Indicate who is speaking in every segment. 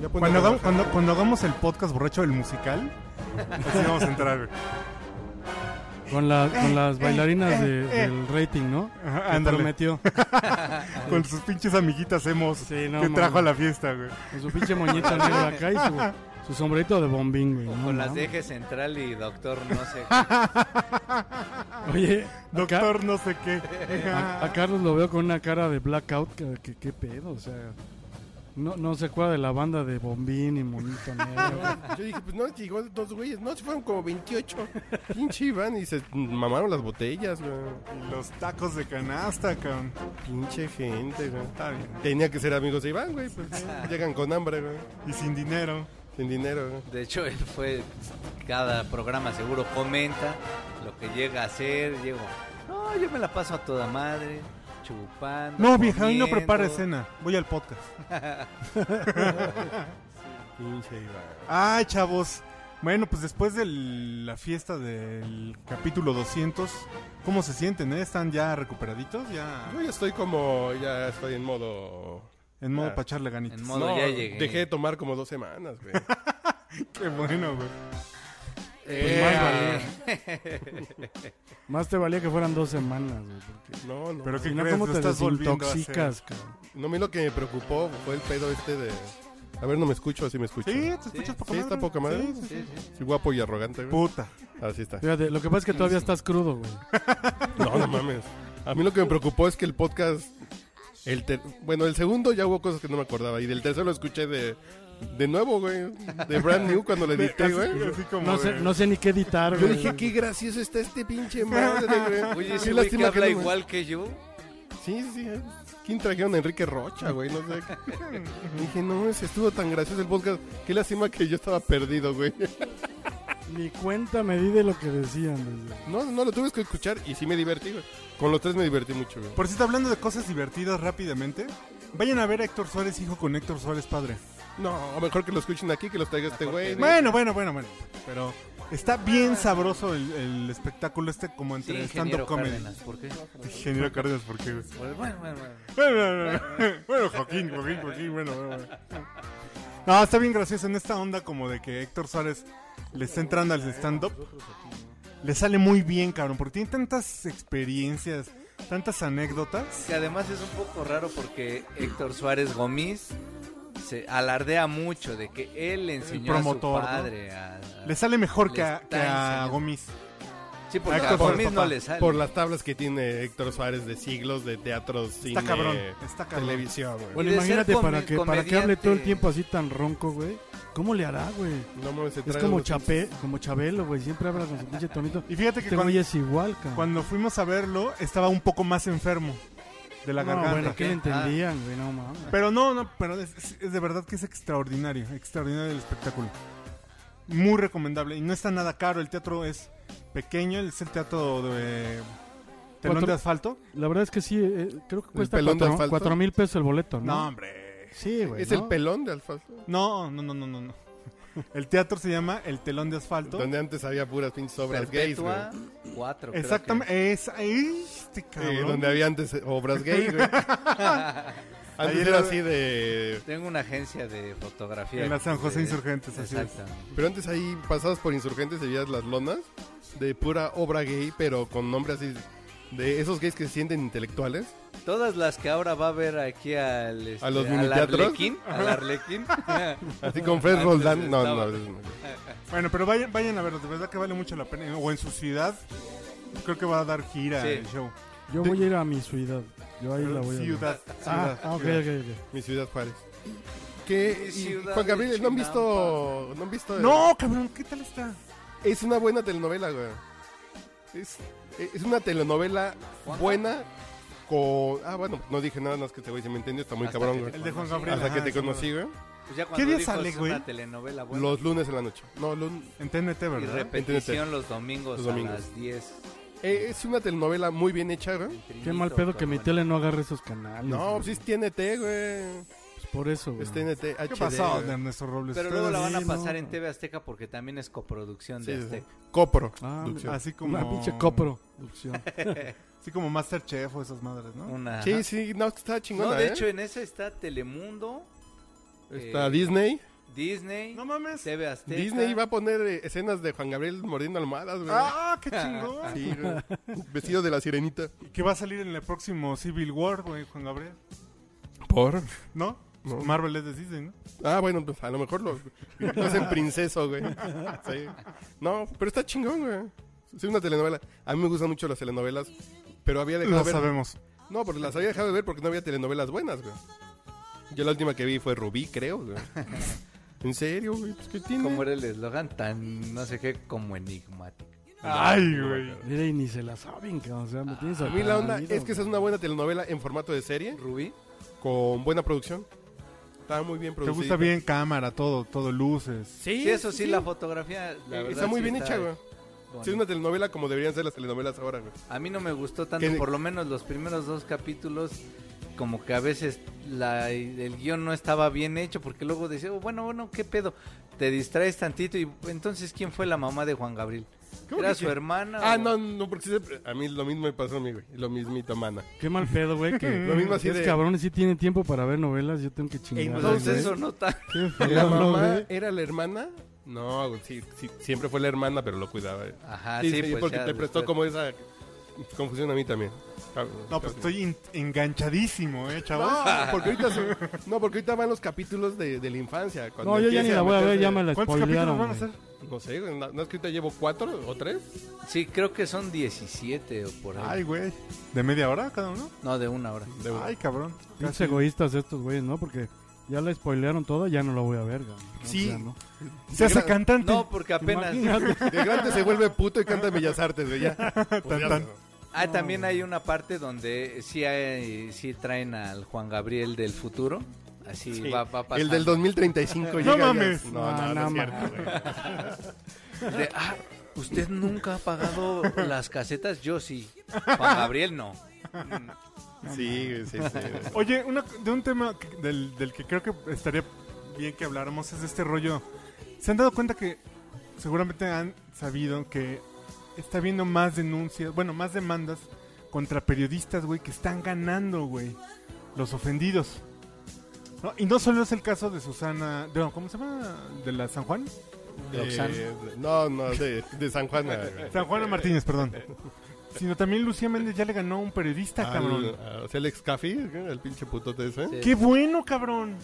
Speaker 1: Ya pueden
Speaker 2: Cuando
Speaker 1: relajar.
Speaker 2: hagamos, cuando, cuando hagamos el podcast borracho del musical, así vamos a entrar. güey.
Speaker 3: Con, la- con las bailarinas de-
Speaker 2: eh, eh.
Speaker 3: del rating, ¿no?
Speaker 2: Ajá,
Speaker 3: Que
Speaker 2: ándale.
Speaker 3: prometió.
Speaker 2: Con sus pinches amiguitas hemos
Speaker 3: Sí, no,
Speaker 2: que
Speaker 3: mames.
Speaker 2: trajo a la fiesta, güey.
Speaker 3: Con su pinche moñita negra acá y su, su sombrerito de bombín, güey.
Speaker 4: O
Speaker 3: no
Speaker 4: con las
Speaker 3: mames.
Speaker 4: de eje central y doctor no sé.
Speaker 3: Oye, acá-
Speaker 2: Doctor no sé qué.
Speaker 3: A, a Carlos lo veo con una cara de blackout, que, que- qué pedo, o sea, no, no se acuerda de la banda de Bombín y Monito Negro.
Speaker 1: Yo dije, pues no, llegó dos güeyes, no, se fueron como 28. Pinche Iván, y se mamaron las botellas, güey.
Speaker 2: Los tacos de canasta, cabrón.
Speaker 1: Pinche gente, güey.
Speaker 2: Está bien.
Speaker 1: Tenía que ser amigos de Iván, güey, pues ¿no? llegan con hambre, güey.
Speaker 2: Y sin dinero.
Speaker 1: Sin dinero, güey.
Speaker 4: De hecho, él fue, cada programa seguro comenta lo que llega a hacer. Llego, no, yo me la paso a toda madre, chupando.
Speaker 2: No, vieja, hoy no
Speaker 4: comiendo".
Speaker 2: prepara escena. Voy al podcast.
Speaker 1: Pinche Iván.
Speaker 2: Ay, chavos. Bueno, pues después de la fiesta del capítulo 200, ¿cómo se sienten? eh? ¿Están ya recuperaditos? ¿Ya
Speaker 1: Yo ya estoy como, ya estoy en modo...
Speaker 2: en modo
Speaker 1: Ah.
Speaker 2: para echarle ganitas?
Speaker 4: En modo ya llegué.
Speaker 1: Dejé de tomar como dos semanas, güey.
Speaker 2: Qué bueno, güey.
Speaker 4: Eh,
Speaker 3: Pues más, valía, más te valía que fueran dos semanas, güey. porque-
Speaker 1: No, no.
Speaker 2: Pero qué
Speaker 3: Si no,
Speaker 2: crees,
Speaker 3: ¿cómo
Speaker 2: Lo
Speaker 3: te
Speaker 2: estás volviendo a hacer.
Speaker 3: desintoxicas, cabrón?
Speaker 1: No, a mí lo que me preocupó fue el pedo este de... A ver, no me escucho, así me escucho.
Speaker 2: Sí, te escuchas poca
Speaker 1: Sí, está poca madre.
Speaker 2: Sí, sí, sí.
Speaker 4: Sí, sí.
Speaker 1: Sí, guapo y arrogante, güey.
Speaker 2: Puta.
Speaker 1: Así está.
Speaker 3: Fíjate, lo que pasa es que todavía estás crudo, güey.
Speaker 1: No, no mames. A mí lo que me preocupó es que el podcast... El ter- Bueno, el segundo ya hubo cosas que no me acordaba. Y del tercero lo escuché de... De nuevo, güey. De brand new cuando lo edité, güey.
Speaker 2: Así como
Speaker 3: No sé,
Speaker 2: de-
Speaker 3: no sé ni qué editar,
Speaker 1: Yo
Speaker 3: güey.
Speaker 1: dije, qué gracioso está este pinche madre, güey.
Speaker 4: Oye,
Speaker 1: Qué
Speaker 4: ese güey que
Speaker 1: lástima
Speaker 4: habla
Speaker 1: no me-
Speaker 4: igual que yo.
Speaker 1: Sí, sí. sí. ¿Quién trajeron a Enrique Rocha, güey? No sé. Dije, no, ese estuvo tan gracioso el podcast. Qué lástima que yo estaba perdido, güey.
Speaker 3: Ni cuenta me di de lo que decían, güey.
Speaker 1: No, no, lo tuve que escuchar y sí me divertí, güey. Con los tres me divertí mucho, güey.
Speaker 2: Por cierto, hablando de cosas divertidas rápidamente, vayan a ver a Héctor Suárez, hijo con Héctor Suárez, padre.
Speaker 1: No, mejor que lo escuchen aquí, que los traiga este güey. güey.
Speaker 2: Bueno, bueno, bueno, bueno. Pero está bien sabroso el, el espectáculo este, como
Speaker 4: Sí,
Speaker 2: entre stand-up
Speaker 4: ingeniero
Speaker 2: comedy.
Speaker 4: Cárdenas, ¿por qué?
Speaker 2: Ingeniero Cárdenas, ¿por qué? güey?
Speaker 4: Bueno, bueno, bueno.
Speaker 2: Bueno, bueno, bueno, Joaquín, Joaquín, Joaquín, bueno, bueno, bueno. No, está bien gracioso en esta onda como de que Héctor Suárez le está entrando al stand-up. Le sale muy bien, cabrón, porque tiene tantas experiencias, tantas anécdotas.
Speaker 4: Que además es un poco raro porque Héctor Suárez Gómez se alardea mucho de que él le enseñó
Speaker 2: promotor,
Speaker 4: a
Speaker 2: ¿no?
Speaker 4: su padre. a- a-
Speaker 2: Le sale mejor
Speaker 4: Le
Speaker 2: que a,
Speaker 4: está
Speaker 2: que a
Speaker 4: enseñando.
Speaker 2: Gomis.
Speaker 4: sí,
Speaker 2: a
Speaker 4: porque a
Speaker 2: Héctor Suárez,
Speaker 4: Gómez no
Speaker 2: papá,
Speaker 4: le sale.
Speaker 1: Por las tablas que tiene Héctor Suárez de siglos de teatro, cine,
Speaker 2: cabrón, está cabrón.
Speaker 1: televisión, güey.
Speaker 3: Bueno,
Speaker 4: Y de ser
Speaker 3: imagínate para
Speaker 4: come-
Speaker 3: que, para que hable todo el
Speaker 4: comediante.
Speaker 3: tiempo así tan ronco, güey. ¿Cómo le hará, güey?
Speaker 1: No mames, se
Speaker 3: Es
Speaker 1: trae
Speaker 3: como,
Speaker 1: los-
Speaker 3: chape, como Chabelo, güey. Siempre habla con su pinche tonito.
Speaker 2: Y fíjate que
Speaker 3: Este
Speaker 2: cuando,
Speaker 3: güey es igual, cabrón.
Speaker 2: cuando fuimos a verlo, estaba un poco más enfermo de la
Speaker 3: No,
Speaker 2: garganta.
Speaker 3: bueno, ¿qué le
Speaker 4: Ah.
Speaker 3: entendían, güey? No mames.
Speaker 2: Pero no, no, pero es, es- es de verdad que es extraordinario, extraordinario el espectáculo. Muy recomendable y no está nada caro, el teatro es pequeño, es el teatro de telón
Speaker 3: Cuatro-
Speaker 2: de asfalto.
Speaker 3: La verdad es que sí, eh, creo que cuesta
Speaker 1: pelón de
Speaker 3: cuatro-
Speaker 1: asfalto?
Speaker 3: cuatro mil pesos el boleto, ¿no?
Speaker 2: No, hombre.
Speaker 3: Sí, güey.
Speaker 1: Es
Speaker 3: ¿no?
Speaker 1: el pelón de Alfalfa.
Speaker 2: No, no, no, no, no, no. El teatro se llama El telón de asfalto.
Speaker 1: Donde antes había puras pinches obras gays, güey.
Speaker 4: Perpetua 4.
Speaker 2: Exactamente, es ahí, este
Speaker 1: Eh,
Speaker 2: cabrón.
Speaker 1: donde había antes eh, obras gay, güey.
Speaker 2: Ahí
Speaker 1: antes
Speaker 2: era-
Speaker 1: era así de...
Speaker 4: Tengo una agencia de fotografía.
Speaker 2: En la San
Speaker 4: que-
Speaker 2: José Insurgentes, así es.
Speaker 4: Exacto.
Speaker 1: Pero antes ahí pasabas por insurgentes y veías las lonas de pura obra gay, pero con nombre así de esos gays que se sienten intelectuales.
Speaker 4: Todas las que ahora va a ver aquí al, este,
Speaker 1: ¿A los
Speaker 4: al
Speaker 1: miniteatros?
Speaker 4: Arlequín. Al Arlequín. Pues
Speaker 1: Así con Fred
Speaker 4: Antes
Speaker 1: Roldán. No,
Speaker 4: estaba-
Speaker 1: no, es- no.
Speaker 2: Bueno, pero vayan, vayan a verlo, de verdad que vale mucho la pena. ¿eh? O en su ciudad, creo que va a dar gira
Speaker 4: Sí.
Speaker 2: el show.
Speaker 3: Yo voy a ir a mi ciudad. Yo ahí la voy a ver.
Speaker 2: Ciudad,
Speaker 3: Ah,
Speaker 2: ciudad.
Speaker 3: ah, ok, ok, ok.
Speaker 1: Mi ciudad Juárez. Que,
Speaker 4: Mi
Speaker 1: y
Speaker 4: ciudad
Speaker 1: Juan
Speaker 4: de
Speaker 1: Gabriel, ¿no han
Speaker 4: Chinampa.
Speaker 1: visto? ¿No han visto?
Speaker 2: No, cabrón, ¿qué tal está?
Speaker 1: Es una buena telenovela, güey. Es, es una telenovela buena con... Ah, bueno, no dije nada más que te voy, si me entendió, está muy
Speaker 4: Hasta
Speaker 1: cabrón,
Speaker 4: que
Speaker 1: güey.
Speaker 4: te
Speaker 2: El de Juan
Speaker 4: conocí.
Speaker 2: Gabriel.
Speaker 1: Hasta que
Speaker 2: Ajá,
Speaker 1: te
Speaker 2: sí,
Speaker 1: conocí, güey.
Speaker 4: Pues ya cuando
Speaker 2: día
Speaker 4: dijo,
Speaker 2: sale,
Speaker 4: es
Speaker 2: güey?
Speaker 4: Una telenovela buena.
Speaker 1: Los lunes en la noche. No, lun-
Speaker 2: En TNT,
Speaker 4: y
Speaker 2: ¿verdad?
Speaker 4: repetición los domingos,
Speaker 1: Los domingos.
Speaker 4: a las 10.
Speaker 1: Eh, es una telenovela muy bien hecha, güey.
Speaker 3: Qué mal pedo que mi tele no agarre esos canales.
Speaker 1: No,
Speaker 3: güey.
Speaker 1: pues sí es TNT, güey.
Speaker 3: Pues por eso, güey.
Speaker 1: Es TNT,
Speaker 2: ¿Qué
Speaker 1: HD.
Speaker 2: pasó,
Speaker 1: güey.
Speaker 2: Ernesto Robles?
Speaker 4: Pero luego la van a
Speaker 3: Sí, no.
Speaker 4: pasar en TV Azteca porque también es coproducción
Speaker 1: Sí,
Speaker 4: de
Speaker 1: sí, sí.
Speaker 4: Azteca.
Speaker 1: Copro.
Speaker 3: Ah,
Speaker 1: producción.
Speaker 2: Así como...
Speaker 3: Una pinche copro. Producción.
Speaker 2: Así como Masterchef o esas madres, ¿no?
Speaker 4: Una...
Speaker 1: Sí, sí, no, está
Speaker 4: no,
Speaker 1: chingona,
Speaker 4: de
Speaker 1: ¿eh?
Speaker 4: hecho en esa está Telemundo,
Speaker 1: Está
Speaker 4: eh,
Speaker 1: Disney.
Speaker 4: Disney,
Speaker 2: No mames.
Speaker 4: TV Azteca.
Speaker 1: Disney va a poner eh, escenas de Juan Gabriel mordiendo almohadas, güey.
Speaker 2: ¡Ah, qué chingón!
Speaker 1: Sí, güey. Vestido de la sirenita.
Speaker 2: Y Que va a salir en el próximo Civil War, güey, Juan Gabriel.
Speaker 1: ¿Por?
Speaker 2: ¿No?
Speaker 1: No.
Speaker 2: Marvel es de Disney, ¿no?
Speaker 1: Ah, bueno, pues a lo mejor lo, lo hacen princeso, güey. Sí. No, pero está chingón, güey. Es una telenovela. A mí me gustan mucho las telenovelas, pero había dejado
Speaker 2: Lo
Speaker 1: de ver.
Speaker 2: sabemos.
Speaker 1: No, pero las había dejado de ver porque no había telenovelas buenas, güey. Yo la última que vi fue Rubí, creo, güey. ¿En serio, güey? Pues, ¿Qué tiene?
Speaker 4: Como era el eslogan tan no sé qué como enigmático.
Speaker 2: Ay, güey.
Speaker 3: Mira, y ni se la saben, cabrón. O sea, me tienes
Speaker 1: A mí la onda
Speaker 3: sorprendido,
Speaker 1: es que esa es una buena telenovela en formato de serie,
Speaker 4: Rubí.
Speaker 1: con buena producción. Está muy bien
Speaker 2: Te
Speaker 1: producida.
Speaker 2: gusta bien cámara, todo, todo, luces.
Speaker 1: Eh, Sí,
Speaker 4: Sí, eso sí, la fotografía. la verdad,
Speaker 1: Eh, está muy
Speaker 4: sí
Speaker 1: bien hecha, güey.
Speaker 4: bonita.
Speaker 1: Sí, es una telenovela como deberían ser las telenovelas ahora, güey.
Speaker 4: A mí no me gustó tanto,
Speaker 1: Que-
Speaker 4: por lo menos los primeros dos capítulos, como que a veces la, el guión no estaba bien hecho, porque luego decía, "Oh, bueno, bueno, qué pedo, te distraes tantito y entonces, ¿quién fue la mamá de Juan Gabriel?
Speaker 1: ¿Cómo
Speaker 4: ¿Era
Speaker 1: que
Speaker 4: su
Speaker 1: quién?
Speaker 4: hermana?
Speaker 1: Ah,
Speaker 4: o-
Speaker 1: no, no, porque siempre- a mí lo mismo me pasó a mí, güey. Lo mismito, mana.
Speaker 3: Qué mal pedo, güey. Que
Speaker 1: Lo mismo así
Speaker 3: es
Speaker 1: de-
Speaker 3: cabrón, si tiene tiempo para ver novelas, yo tengo que chingar.
Speaker 4: Entonces
Speaker 3: güey.
Speaker 4: eso no está...
Speaker 3: Qué feo,
Speaker 1: ¿La
Speaker 3: ¿no,
Speaker 1: mamá
Speaker 3: güey?
Speaker 1: era la hermana? No, güey, sí, sí, siempre fue la hermana, pero lo cuidaba. eh.
Speaker 4: Ajá,
Speaker 1: sí,
Speaker 4: sí,
Speaker 1: sí,
Speaker 4: pues
Speaker 1: porque
Speaker 4: ya
Speaker 1: te prestó
Speaker 4: después.
Speaker 1: como esa confusión a mí también. Ah,
Speaker 2: No, pues estoy in- enganchadísimo, ¿eh, chavos?
Speaker 1: No, porque ahorita, se- no, porque ahorita van los capítulos de, de la infancia. cuando
Speaker 3: No, yo ya ni
Speaker 1: empieza
Speaker 3: la voy a ver,
Speaker 1: meterse-
Speaker 3: ya me la
Speaker 2: ¿Cuántos capítulos
Speaker 3: spoilearon.
Speaker 2: van a
Speaker 3: güey.
Speaker 2: ser?
Speaker 1: No sé, güey, no, no es que ahorita llevo cuatro o tres.
Speaker 4: Sí, creo que son 17 o por ahí.
Speaker 2: Ay, güey. ¿De media hora cada uno?
Speaker 4: No, de una hora.
Speaker 1: de-
Speaker 2: Ay, cabrón.
Speaker 3: Pinches egoístas estos güeyes, ¿no? Porque ya la spoilearon toda, ya no la voy a ver, güey. No,
Speaker 1: Sí.
Speaker 3: ya no.
Speaker 2: Se hace
Speaker 1: Gra-
Speaker 2: cantante.
Speaker 4: No, porque apenas...
Speaker 3: Imagínate.
Speaker 1: De grande se vuelve puto y canta en Bellas Artes, güey, ya. Pues ya,
Speaker 2: tan.
Speaker 4: Ah, también hay una parte donde sí, hay- sí traen al Juan Gabriel del futuro. Así
Speaker 1: sí.
Speaker 4: va, va pasando.
Speaker 1: El del 2035 llega. ya-
Speaker 2: mames.
Speaker 1: No, no,
Speaker 3: No,
Speaker 1: no,
Speaker 3: no
Speaker 1: es cierto, güey.
Speaker 4: De, ah, usted nunca ha pagado las casetas, yo sí. Juan Gabriel no.
Speaker 1: Sí, güey, sí, sí.
Speaker 2: Oye, una- de un tema que- del, del que creo que estaría bien que habláramos es de este rollo. ¿Se han dado cuenta que seguramente han sabido que está habiendo más denuncias, bueno, más demandas contra periodistas, güey, que están ganando, güey, los ofendidos? ¿No? Y no solo es el caso de Susana, de- ¿cómo se llama? ¿De la San Juan?
Speaker 1: De-
Speaker 4: Roxana.
Speaker 1: Eh, no, no, de, de San Juan. güey.
Speaker 2: San Juana Martínez, perdón. Sino también Lucía Méndez ya le ganó a un periodista, cabrón.
Speaker 1: Al, a Celex Café, el pinche putote ese.
Speaker 4: Sí.
Speaker 2: ¡Qué bueno, cabrón!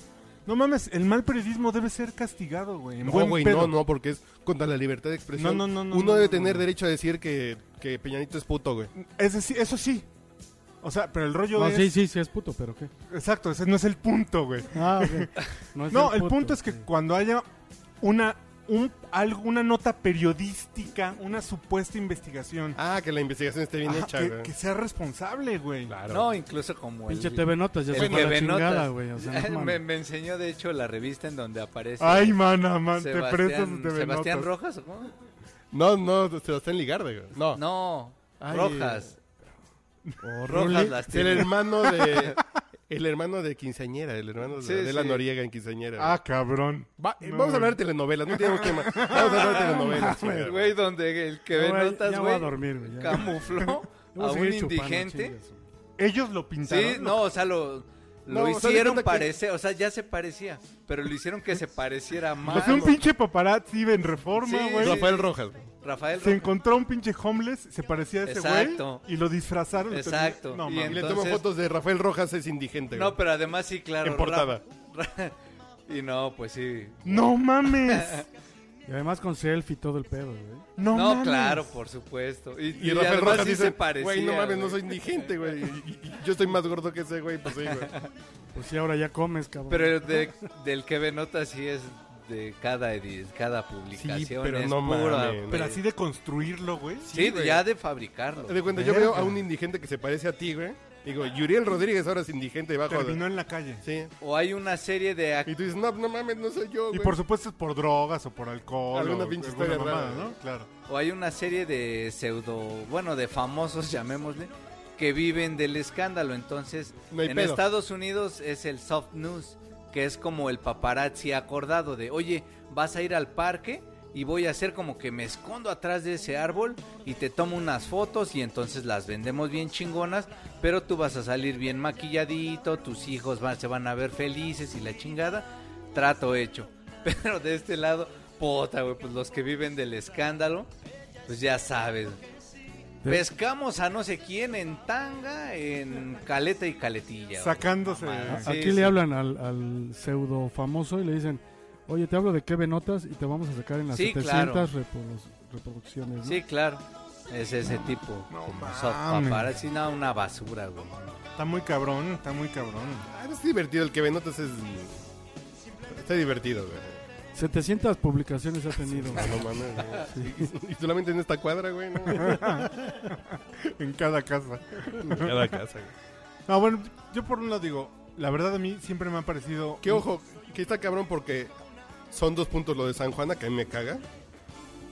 Speaker 2: No mames, el mal periodismo debe ser castigado, güey. en
Speaker 1: No,
Speaker 2: buen
Speaker 1: güey,
Speaker 2: pedo.
Speaker 1: no, no, porque es contra la libertad de expresión.
Speaker 2: No, no, no, no,
Speaker 1: Uno
Speaker 2: no,
Speaker 1: debe
Speaker 2: no,
Speaker 1: tener
Speaker 2: no.
Speaker 1: derecho a decir que, que Peñanito es puto, güey.
Speaker 2: Es decir, eso sí. O sea, pero el rollo
Speaker 3: No,
Speaker 2: es...
Speaker 3: sí, sí, sí, es puto, pero ¿qué?
Speaker 2: Exacto, ese no es el punto, güey.
Speaker 3: Ah, ok. No, es
Speaker 2: No, el punto es que
Speaker 3: sí.
Speaker 2: cuando haya una, un, algo, una nota periodística, una supuesta investigación...
Speaker 1: Ah, que la investigación esté bien
Speaker 2: ajá,
Speaker 1: hecha,
Speaker 2: que,
Speaker 1: güey.
Speaker 2: que sea responsable, güey.
Speaker 1: Claro.
Speaker 4: No, incluso como
Speaker 3: Pinche
Speaker 4: el...
Speaker 3: TV Notas, ya
Speaker 4: el
Speaker 3: se fue a la
Speaker 4: TV Notas.
Speaker 3: chingada, güey. O sea, no
Speaker 4: me,
Speaker 3: mames.
Speaker 4: me enseñó, de hecho, la revista en donde aparece...
Speaker 2: Ay, mana, man, te prestas
Speaker 4: Sebastián,
Speaker 2: te
Speaker 4: Sebastián
Speaker 2: notas.
Speaker 4: Rojas, ¿o cómo?
Speaker 1: No, no, Sebastián Ligarde, güey. No.
Speaker 4: No,
Speaker 1: Ay.
Speaker 4: Rojas.
Speaker 3: Horrible.
Speaker 4: Rojas las
Speaker 1: Es el
Speaker 4: tiene.
Speaker 1: hermano de. El hermano de Quinceañera, el hermano de,
Speaker 4: Sí,
Speaker 1: de la
Speaker 4: sí.
Speaker 1: Noriega en Quinceañera. güey.
Speaker 2: Ah, cabrón.
Speaker 1: Va- eh,
Speaker 2: no,
Speaker 1: vamos
Speaker 2: güey.
Speaker 1: a hablar de telenovelas, no tenemos que más. Vamos a hablar de telenovelas. chingada,
Speaker 4: El Güey, donde el que
Speaker 3: Ya
Speaker 4: ve
Speaker 3: voy a-
Speaker 4: notas,
Speaker 3: ya voy a
Speaker 4: güey,
Speaker 3: dormir, güey, ya.
Speaker 4: camufló
Speaker 3: Yo voy
Speaker 4: a un
Speaker 3: seguir chupando,
Speaker 4: indigente.
Speaker 3: chingas, güey.
Speaker 2: Ellos lo pintaron.
Speaker 4: Sí, no, o sea, lo, lo
Speaker 1: No, o sea, de
Speaker 4: hicieron
Speaker 1: cuenta que-
Speaker 4: parecer, o sea, ya se parecía, pero lo hicieron que se pareciera
Speaker 2: O
Speaker 4: más.
Speaker 2: sea, Pues, un pinche paparazzi en reforma,
Speaker 4: Sí,
Speaker 2: güey.
Speaker 1: Rafael Rojas. güey.
Speaker 4: Rafael
Speaker 2: Se
Speaker 4: Rojas.
Speaker 2: encontró un pinche homeless, se parecía a ese güey.
Speaker 4: Exacto.
Speaker 2: Y lo disfrazaron. lo terminaron-
Speaker 4: Exacto.
Speaker 2: No,
Speaker 4: Y
Speaker 1: Y
Speaker 2: mames.
Speaker 1: le toman
Speaker 4: Entonces-
Speaker 1: fotos de Rafael Rojas, es indigente.
Speaker 4: No,
Speaker 1: güey.
Speaker 4: pero además sí, claro.
Speaker 1: En portada.
Speaker 4: Ra- Ra- Y no, pues sí.
Speaker 2: No mames.
Speaker 3: Y además con selfie y todo el pedo, güey.
Speaker 2: No,
Speaker 4: No,
Speaker 2: mames.
Speaker 4: claro, pues. por supuesto. Y,
Speaker 1: Y,
Speaker 4: y
Speaker 1: Rafael
Speaker 4: además
Speaker 1: Rojas
Speaker 4: sí
Speaker 1: dice,
Speaker 4: se parecía.
Speaker 1: güey, no mames, no
Speaker 4: güey.
Speaker 1: soy indigente, güey. Y- y- y Yo estoy más gordo que ese, güey, pues sí, güey.
Speaker 3: Pues sí, ahora ya comes, cabrón.
Speaker 4: Pero el de- del que ve notas sí es de cada edi- cada publicación.
Speaker 1: pero
Speaker 4: es
Speaker 1: no
Speaker 4: pura,
Speaker 1: mames.
Speaker 4: güey.
Speaker 2: Pero así de construirlo, güey.
Speaker 4: Sí,
Speaker 1: güey.
Speaker 4: ya de fabricarlo.
Speaker 1: Haz De cuenta, yo veo a un indigente que se parece a ti, güey. Digo, Yuriel Rodríguez ahora es indigente y bajo
Speaker 2: Terminó
Speaker 1: de...
Speaker 2: en la calle.
Speaker 1: Sí.
Speaker 4: O hay una serie de
Speaker 1: Y
Speaker 4: ac-
Speaker 1: tú dices, no, no mames, no soy yo,
Speaker 2: Y
Speaker 1: güey.
Speaker 2: por supuesto es por drogas o por alcohol.
Speaker 1: Alguna
Speaker 2: o
Speaker 1: pinche historia rara,
Speaker 2: ¿no?
Speaker 1: ¿no?
Speaker 2: Claro.
Speaker 4: o hay una serie de pseudo, bueno, de famosos llamémosle, que viven del escándalo. Entonces,
Speaker 1: No hay
Speaker 4: en
Speaker 1: pedo.
Speaker 4: Estados Unidos es el soft news, que es como el paparazzi acordado de, "Oye, vas a ir al parque y voy a hacer como que me escondo atrás de ese árbol y te tomo unas fotos y entonces las vendemos bien chingonas, pero tú vas a salir bien maquilladito, tus hijos van- se van a ver felices y la chingada." Trato hecho. Pero de este lado, puta, güey, pues los que viven del escándalo, pues ya sabes. Pescamos a no sé quién en tanga, en caleta y caletilla. güey.
Speaker 2: Sacándose.
Speaker 4: Mamada. Sí,
Speaker 3: Aquí
Speaker 4: sí.
Speaker 3: le hablan al, al pseudo famoso y le dicen, oye, te hablo de Kevin Notas y te vamos a sacar en las
Speaker 4: Sí,
Speaker 3: 700
Speaker 4: claro.
Speaker 3: reprodu- reproducciones. ¿no?
Speaker 4: Sí, claro. Es ese tipo.
Speaker 2: No
Speaker 4: Como
Speaker 2: mames.
Speaker 4: soft paparazzi, no, una basura, güey.
Speaker 2: Está muy cabrón, está muy cabrón.
Speaker 1: Ah, es divertido el que ve notas es... Está divertido, güey.
Speaker 3: 700 publicaciones ha tenido.
Speaker 1: No mames, güey. Y, y solamente en esta cuadra, güey. ¿no? En
Speaker 2: En cada casa.
Speaker 1: cada casa, güey.
Speaker 2: No, bueno, yo por un lado digo, la verdad a mí siempre me ha parecido...
Speaker 1: Que ojo, que está cabrón porque son dos puntos lo de San Juana que a mí me caga.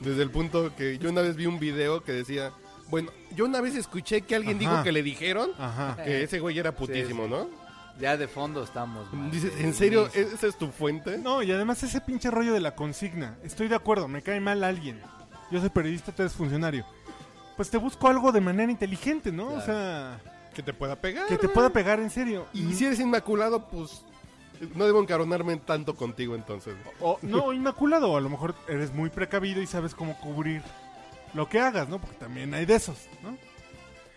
Speaker 1: Desde el punto que yo una vez vi un video que decía... Bueno, yo una vez escuché que alguien
Speaker 2: Ajá.
Speaker 1: dijo que le dijeron
Speaker 2: Ajá.
Speaker 1: que ese güey era putísimo,
Speaker 4: Eh. sí.
Speaker 1: ¿no?
Speaker 4: Ya de fondo estamos. mal.
Speaker 1: Dices,
Speaker 4: Sí, Ah,
Speaker 1: ¿en serio?
Speaker 4: sí.
Speaker 1: ¿Esa es tu fuente?
Speaker 2: No, y además ese pinche rollo de la consigna. Estoy de acuerdo, me cae mal alguien. Yo soy periodista, tú eres funcionario. Pues te busco algo de manera inteligente, ¿no? O
Speaker 4: Claro.
Speaker 2: sea,
Speaker 1: Que te pueda pegar.
Speaker 2: que te
Speaker 1: güey.
Speaker 2: pueda pegar en serio.
Speaker 1: Y si eres inmaculado, pues no debo encaronarme tanto contigo entonces.
Speaker 2: O, no, inmaculado, a lo mejor eres muy precavido y sabes cómo cubrir lo que hagas, ¿no? Porque también hay de esos, ¿no?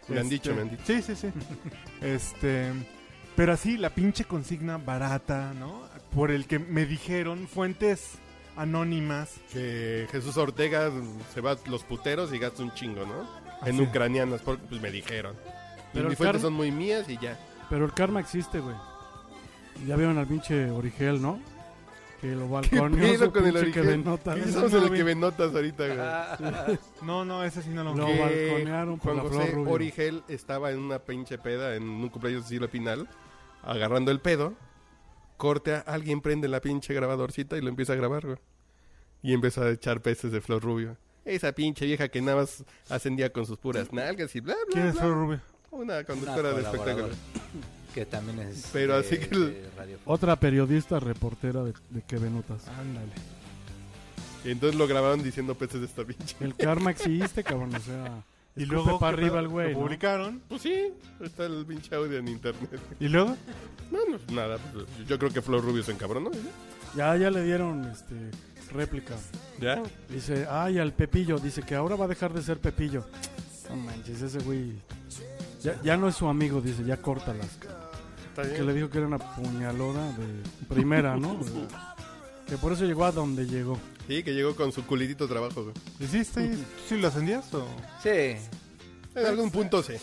Speaker 1: Me han
Speaker 2: Este,
Speaker 1: dicho, me han dicho.
Speaker 2: Sí, sí, sí. este, pero así, la pinche consigna barata, ¿no? Por el que me dijeron fuentes anónimas.
Speaker 1: Que Jesús Ortega se va a los puteros y gasta un chingo, ¿no? en
Speaker 2: sí.
Speaker 1: ucranianas, porque pues me dijeron. Y
Speaker 3: Pero
Speaker 1: mis
Speaker 3: el
Speaker 1: fuentes
Speaker 3: Carmen-
Speaker 1: son muy mías y ya.
Speaker 3: Pero el karma existe, güey. Ya vieron al pinche Origel, ¿no? Que lo balconeó
Speaker 1: ¿Qué pedo
Speaker 3: su
Speaker 1: con el
Speaker 3: pinche
Speaker 1: origen?
Speaker 3: Kevin Notas.
Speaker 1: ¿Qué
Speaker 2: Eso
Speaker 1: somos
Speaker 2: no
Speaker 1: en
Speaker 2: lo
Speaker 1: el
Speaker 2: vi.
Speaker 1: que me notas ahorita, güey?
Speaker 4: Ah.
Speaker 2: No, no, ese sí no lo
Speaker 3: No.
Speaker 1: Que
Speaker 3: balconearon por
Speaker 1: Juan
Speaker 3: la
Speaker 1: José
Speaker 3: Flor Rubio.
Speaker 1: Origel estaba en una pinche peda en un cumpleaños de siglo final, agarrando el pedo, corte a alguien prende la pinche grabadorcita y lo empieza a grabar, güey. Y empieza a echar peces de Flor Rubio. Esa pinche vieja que nada más ascendía con sus puras nalgas y bla, bla,
Speaker 2: ¿Quién es
Speaker 1: bla.
Speaker 2: Flor Rubio?
Speaker 1: Una
Speaker 4: Una
Speaker 1: conductora de
Speaker 4: colaboradora
Speaker 1: espectáculos.
Speaker 4: Que también es.
Speaker 1: Pero
Speaker 4: de-
Speaker 1: así que el-
Speaker 4: de radiofónica.
Speaker 3: Otra periodista reportera de, de Kevin Notas.
Speaker 2: Ándale.
Speaker 1: Y entonces lo grabaron diciendo peces de esta pinche.
Speaker 3: El karma existe, cabrón. O sea,
Speaker 2: Y luego
Speaker 3: para
Speaker 2: ¿qué
Speaker 3: arriba
Speaker 2: pedo?
Speaker 3: el güey,
Speaker 2: Lo
Speaker 3: ¿no?
Speaker 2: publicaron.
Speaker 1: Pues sí, está el pinche audio en internet.
Speaker 2: Y luego
Speaker 1: No, no, nada. pues, Yo creo que Flor Rubio se encabronó. ¿eh? ¿no?
Speaker 3: ya, ya le dieron este, réplica.
Speaker 1: Ya.
Speaker 3: Dice, ay, al Pepillo. Dice que ahora va a dejar de ser Pepillo. No manches, ese güey. Ya, ya no es su amigo, dice, ya córtalas.
Speaker 1: Está
Speaker 3: Que le
Speaker 1: bien.
Speaker 3: dijo que era una puñalona de primera, ¿no? que por eso llegó a donde llegó.
Speaker 1: Sí, que llegó con su culitito trabajo, güey.
Speaker 2: hiciste, ¿tú sí lo ascendías o
Speaker 4: Sí.
Speaker 1: En algún punto sí.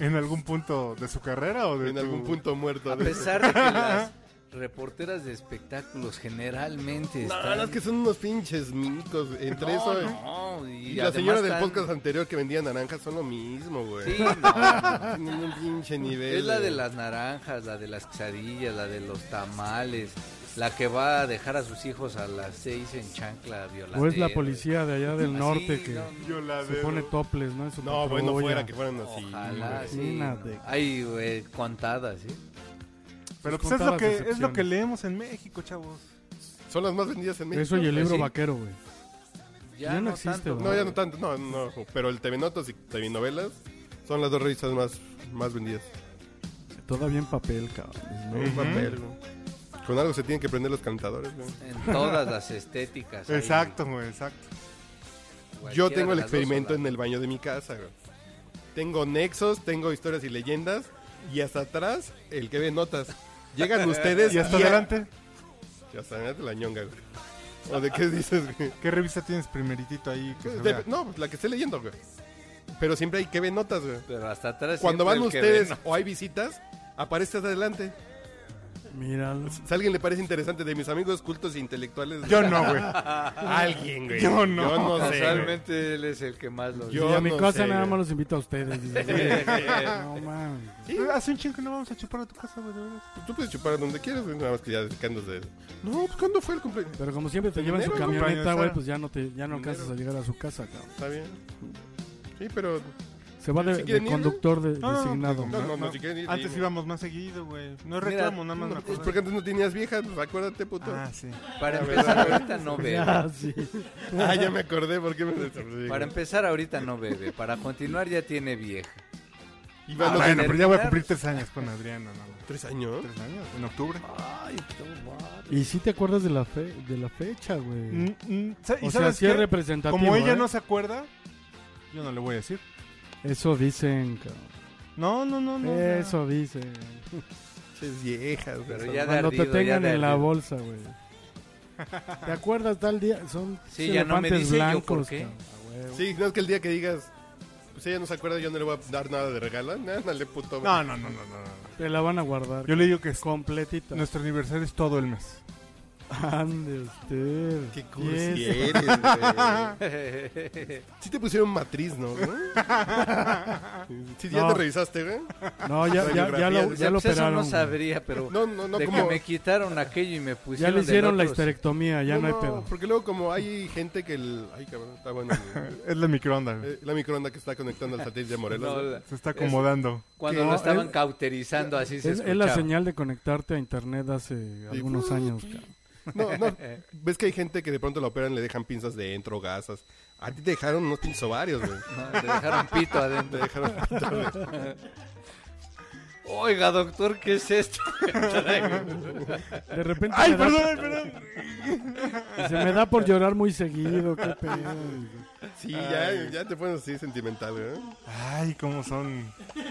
Speaker 2: en algún punto de su carrera o de
Speaker 1: En
Speaker 2: tu-
Speaker 1: algún punto muerto.
Speaker 4: A
Speaker 1: de-
Speaker 4: pesar de que las reporteras de espectáculos generalmente
Speaker 1: No,
Speaker 4: están...
Speaker 1: no, es que son unos pinches micos. Entre eso eh,
Speaker 4: No,
Speaker 1: y,
Speaker 4: y
Speaker 1: la señora del
Speaker 4: además tan-
Speaker 1: podcast anterior que vendía naranjas son lo mismo, güey.
Speaker 4: Sí, no.
Speaker 1: Tienen un pinche nivel.
Speaker 4: es la de las naranjas, la de las quesadillas, la de los tamales, la que va a dejar a sus hijos a las seis en chancla violadera.
Speaker 3: O es la policía de allá del
Speaker 4: Así,
Speaker 3: norte que
Speaker 4: no,
Speaker 2: Yo la
Speaker 3: se
Speaker 2: de-
Speaker 3: pone toples, ¿no? En su
Speaker 1: No, bueno,
Speaker 3: patrulla.
Speaker 1: fuera que fueran así.
Speaker 4: Ojalá,
Speaker 1: güey.
Speaker 4: sí.
Speaker 3: Imagínate.
Speaker 4: Ay, güey, contadas, ¿eh? ¿sí?
Speaker 2: Pero pues
Speaker 3: Con
Speaker 2: es lo
Speaker 3: todas
Speaker 2: que
Speaker 3: las
Speaker 2: es lo que
Speaker 3: excepciones.
Speaker 2: leemos en México, chavos.
Speaker 1: Son las más vendidas en México.
Speaker 3: Eso y el
Speaker 4: Pues
Speaker 3: libro
Speaker 4: sí.
Speaker 3: vaquero, güey. Ya no existe,
Speaker 4: tanto,
Speaker 3: güey.
Speaker 1: No, ya no tanto. No, no. Pero el TV Notas y TV Novelas son las dos revistas más, más vendidas.
Speaker 3: Todavía en papel, cabrón.
Speaker 1: Un papel, güey. Con algo se tienen que prender los cantadores, güey.
Speaker 4: En todas las estéticas. ahí,
Speaker 2: Exacto, güey, exacto.
Speaker 4: cualquiera
Speaker 1: Yo tengo
Speaker 4: de
Speaker 1: el
Speaker 4: las dos o
Speaker 1: experimento
Speaker 4: la-
Speaker 1: en el baño de mi casa, güey. Tengo nexos, tengo historias y leyendas. Y hasta atrás, el que ve notas. Llegan ustedes
Speaker 2: Y hasta
Speaker 1: a-
Speaker 2: adelante,
Speaker 1: y hasta adelante la ñonga, güey. ¿O de qué dices, güey?
Speaker 2: ¿qué revista tienes primeritito ahí que se
Speaker 1: De-
Speaker 2: vea?
Speaker 1: no, pues, la que esté leyendo, güey. Pero siempre hay que ve notas, güey.
Speaker 4: Pero hasta atrás.
Speaker 1: Cuando van
Speaker 4: siempre el que
Speaker 1: ustedes
Speaker 4: ven,
Speaker 1: o hay visitas, aparece hasta adelante.
Speaker 3: Míralo.
Speaker 1: Si a alguien le parece interesante de mis amigos cultos e intelectuales,
Speaker 2: Yo no, güey.
Speaker 1: alguien, güey.
Speaker 2: Yo no.
Speaker 1: Yo no sé. güey.
Speaker 4: Casualmente él es el que más lo
Speaker 1: Yo
Speaker 3: y a mi
Speaker 1: no
Speaker 3: casa
Speaker 1: sé,
Speaker 3: nada
Speaker 1: güey.
Speaker 3: más los invito a ustedes. dices, no mames.
Speaker 2: Ah, Hace un chingo que no vamos a chupar a tu casa, güey. de veras.
Speaker 1: Pues Tú puedes chupar donde quieras, güey, nada más que ya descandas de... No, pues ¿cuándo fue el cumpleaños?
Speaker 3: Pero como siempre te llevan su
Speaker 1: Dinero,
Speaker 3: camioneta,
Speaker 2: compañero,
Speaker 3: güey,
Speaker 2: Sara.
Speaker 3: pues ya no te, ya no alcanzas a llegar a su casa, cabrón.
Speaker 1: Está bien. Sí, pero...
Speaker 3: Se va de,
Speaker 1: Si
Speaker 3: de
Speaker 1: quieren ir,
Speaker 3: conductor de-
Speaker 2: Ah, No, no,
Speaker 3: designado.
Speaker 1: No, no, no, si quieren ir,
Speaker 2: Antes
Speaker 1: digo.
Speaker 2: íbamos más seguido, güey. No es
Speaker 4: Mira,
Speaker 2: reclamo, nada más me
Speaker 1: Pues
Speaker 2: acuerdo.
Speaker 1: porque antes no tenías viejas, pues acuérdate, puto.
Speaker 2: Ah,
Speaker 1: Ah,
Speaker 2: sí.
Speaker 4: Para
Speaker 1: La
Speaker 4: empezar,
Speaker 1: verdad.
Speaker 4: ahorita no bebe.
Speaker 3: Ah, sí.
Speaker 1: Ah, ya me acordé, ¿por qué me... Sí,
Speaker 4: Para
Speaker 1: güey.
Speaker 4: empezar, ahorita no bebe. Para continuar, ya tiene vieja.
Speaker 1: Iba
Speaker 2: Ah,
Speaker 1: a los
Speaker 2: bueno,
Speaker 4: de
Speaker 2: pero ya voy a
Speaker 4: terminar.
Speaker 2: cumplir tres años con Adriana, ¿no? güey.
Speaker 1: tres años.
Speaker 2: ¿Tres años? ¿En octubre?
Speaker 3: Y si te acuerdas de la fe, de la fecha, güey.
Speaker 2: Mm, mm, sa- ¿Y
Speaker 3: o sea,
Speaker 2: sabes
Speaker 3: sí es
Speaker 2: qué?
Speaker 3: representativo.
Speaker 2: Como ella
Speaker 3: ¿eh?
Speaker 2: no se acuerda, yo no le voy a decir.
Speaker 3: Eso dicen, cabrón.
Speaker 2: No, no, no, no. o sea,
Speaker 3: Eso dicen.
Speaker 1: Tres viejas, güey.
Speaker 4: Pero ya de
Speaker 3: Cuando
Speaker 4: ardido,
Speaker 3: te
Speaker 4: ya
Speaker 3: tengan
Speaker 4: de
Speaker 3: en la
Speaker 4: ardido.
Speaker 3: bolsa, güey. ¿Te acuerdas tal día? Son
Speaker 4: Sí, ya no me
Speaker 3: elefantes
Speaker 4: dice, yo, ¿por
Speaker 3: blancos,
Speaker 4: qué?
Speaker 3: cabrón. A huevo.
Speaker 1: Sí, no es que el día que digas... Pues ella no se acuerda, yo no le voy a dar nada de regalo. Ándale, puto. güey.
Speaker 2: No, no, no, no, no. no.
Speaker 3: Te la van a guardar.
Speaker 2: Yo le digo que es-
Speaker 3: completita.
Speaker 2: nuestro aniversario es todo el mes.
Speaker 3: Ande usted.
Speaker 1: Qué
Speaker 3: Yes.
Speaker 1: cursi eh. eres, güey.
Speaker 3: pues
Speaker 1: Sí te pusieron matriz, ¿no? güey? Sí, ya
Speaker 3: No.
Speaker 1: te revisaste, güey.
Speaker 3: No, ya, ya, ya lo,
Speaker 1: Radiografías.
Speaker 3: ya lo
Speaker 4: Pues eso
Speaker 3: operaron.
Speaker 4: no
Speaker 3: güey.
Speaker 4: sabría, pero
Speaker 1: No, no, no,
Speaker 4: de
Speaker 1: como...
Speaker 4: que me quitaron aquello y me
Speaker 3: ya
Speaker 4: pusieron
Speaker 3: le hicieron
Speaker 4: del
Speaker 3: la
Speaker 4: otro, Pues sí.
Speaker 3: histerectomía, ya no, hay pedo.
Speaker 1: Porque luego como hay gente que el... Ay, cabrón, está bueno. güey.
Speaker 2: Es la microonda, güey.
Speaker 1: Eh, La microonda que está conectando al satélite de Morelos.
Speaker 4: No,
Speaker 1: güey.
Speaker 4: la-
Speaker 2: Se está acomodando.
Speaker 4: cuando
Speaker 1: que-
Speaker 4: lo
Speaker 1: no,
Speaker 4: estaban
Speaker 3: es-
Speaker 4: cauterizando, así
Speaker 3: Es,
Speaker 4: se
Speaker 3: es la
Speaker 4: escuchaba.
Speaker 3: señal de conectarte a internet hace algunos
Speaker 1: "Uy,
Speaker 3: años.
Speaker 1: sí".
Speaker 3: cabrón.
Speaker 1: uh, No, no. Ves que hay gente que de pronto la operan, le dejan pinzas de entro, gasas. A ti te dejaron unos pinzos ovarios, güey.
Speaker 4: No, le dejaron pito
Speaker 1: Te
Speaker 4: adentro.
Speaker 1: dejaron pito, güey.
Speaker 4: Oiga, doctor, ¿qué es esto?
Speaker 3: De repente
Speaker 2: ¡Ay,
Speaker 3: me da-
Speaker 2: perdón, perdón!
Speaker 3: se me da por llorar muy seguido. Qué pedo.
Speaker 1: Sí, ya, ya te pones así sentimental, ¿eh? güey.
Speaker 2: Ay, cómo son. Ay,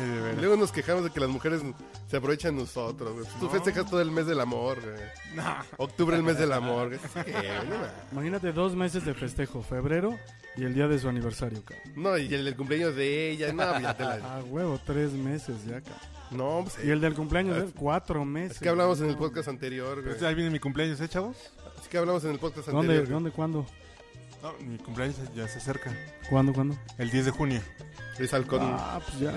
Speaker 2: de
Speaker 1: Y
Speaker 2: veras.
Speaker 1: Luego nos quejamos de que las mujeres se aprovechan de nosotros, güey. Tú festejas todo el mes del amor, güey. Octubre el mes del amor, güey. Sí, güey, no, mames.
Speaker 3: Imagínate dos meses de festejo, febrero y el día de su aniversario, cabrón.
Speaker 1: No, y el, del cumpleaños de ella, no, pues ya te la...
Speaker 3: Ah, huevo, tres meses ya, cabrón.
Speaker 1: No, pues,
Speaker 3: Y el del cumpleaños, de él, cuatro meses.
Speaker 1: es que hablamos en el podcast anterior, güey.
Speaker 2: Pues ahí viene mi cumpleaños, ¿eh, chavos?
Speaker 1: Es que hablamos en el podcast anterior.
Speaker 3: ¿Dónde,
Speaker 1: güey.
Speaker 3: dónde, cuándo?
Speaker 2: No, mi cumpleaños ya se acerca.
Speaker 3: ¿Cuándo, cuándo?
Speaker 2: El 10 de junio.
Speaker 1: Es halcón. e-,
Speaker 3: Ah, pues ya.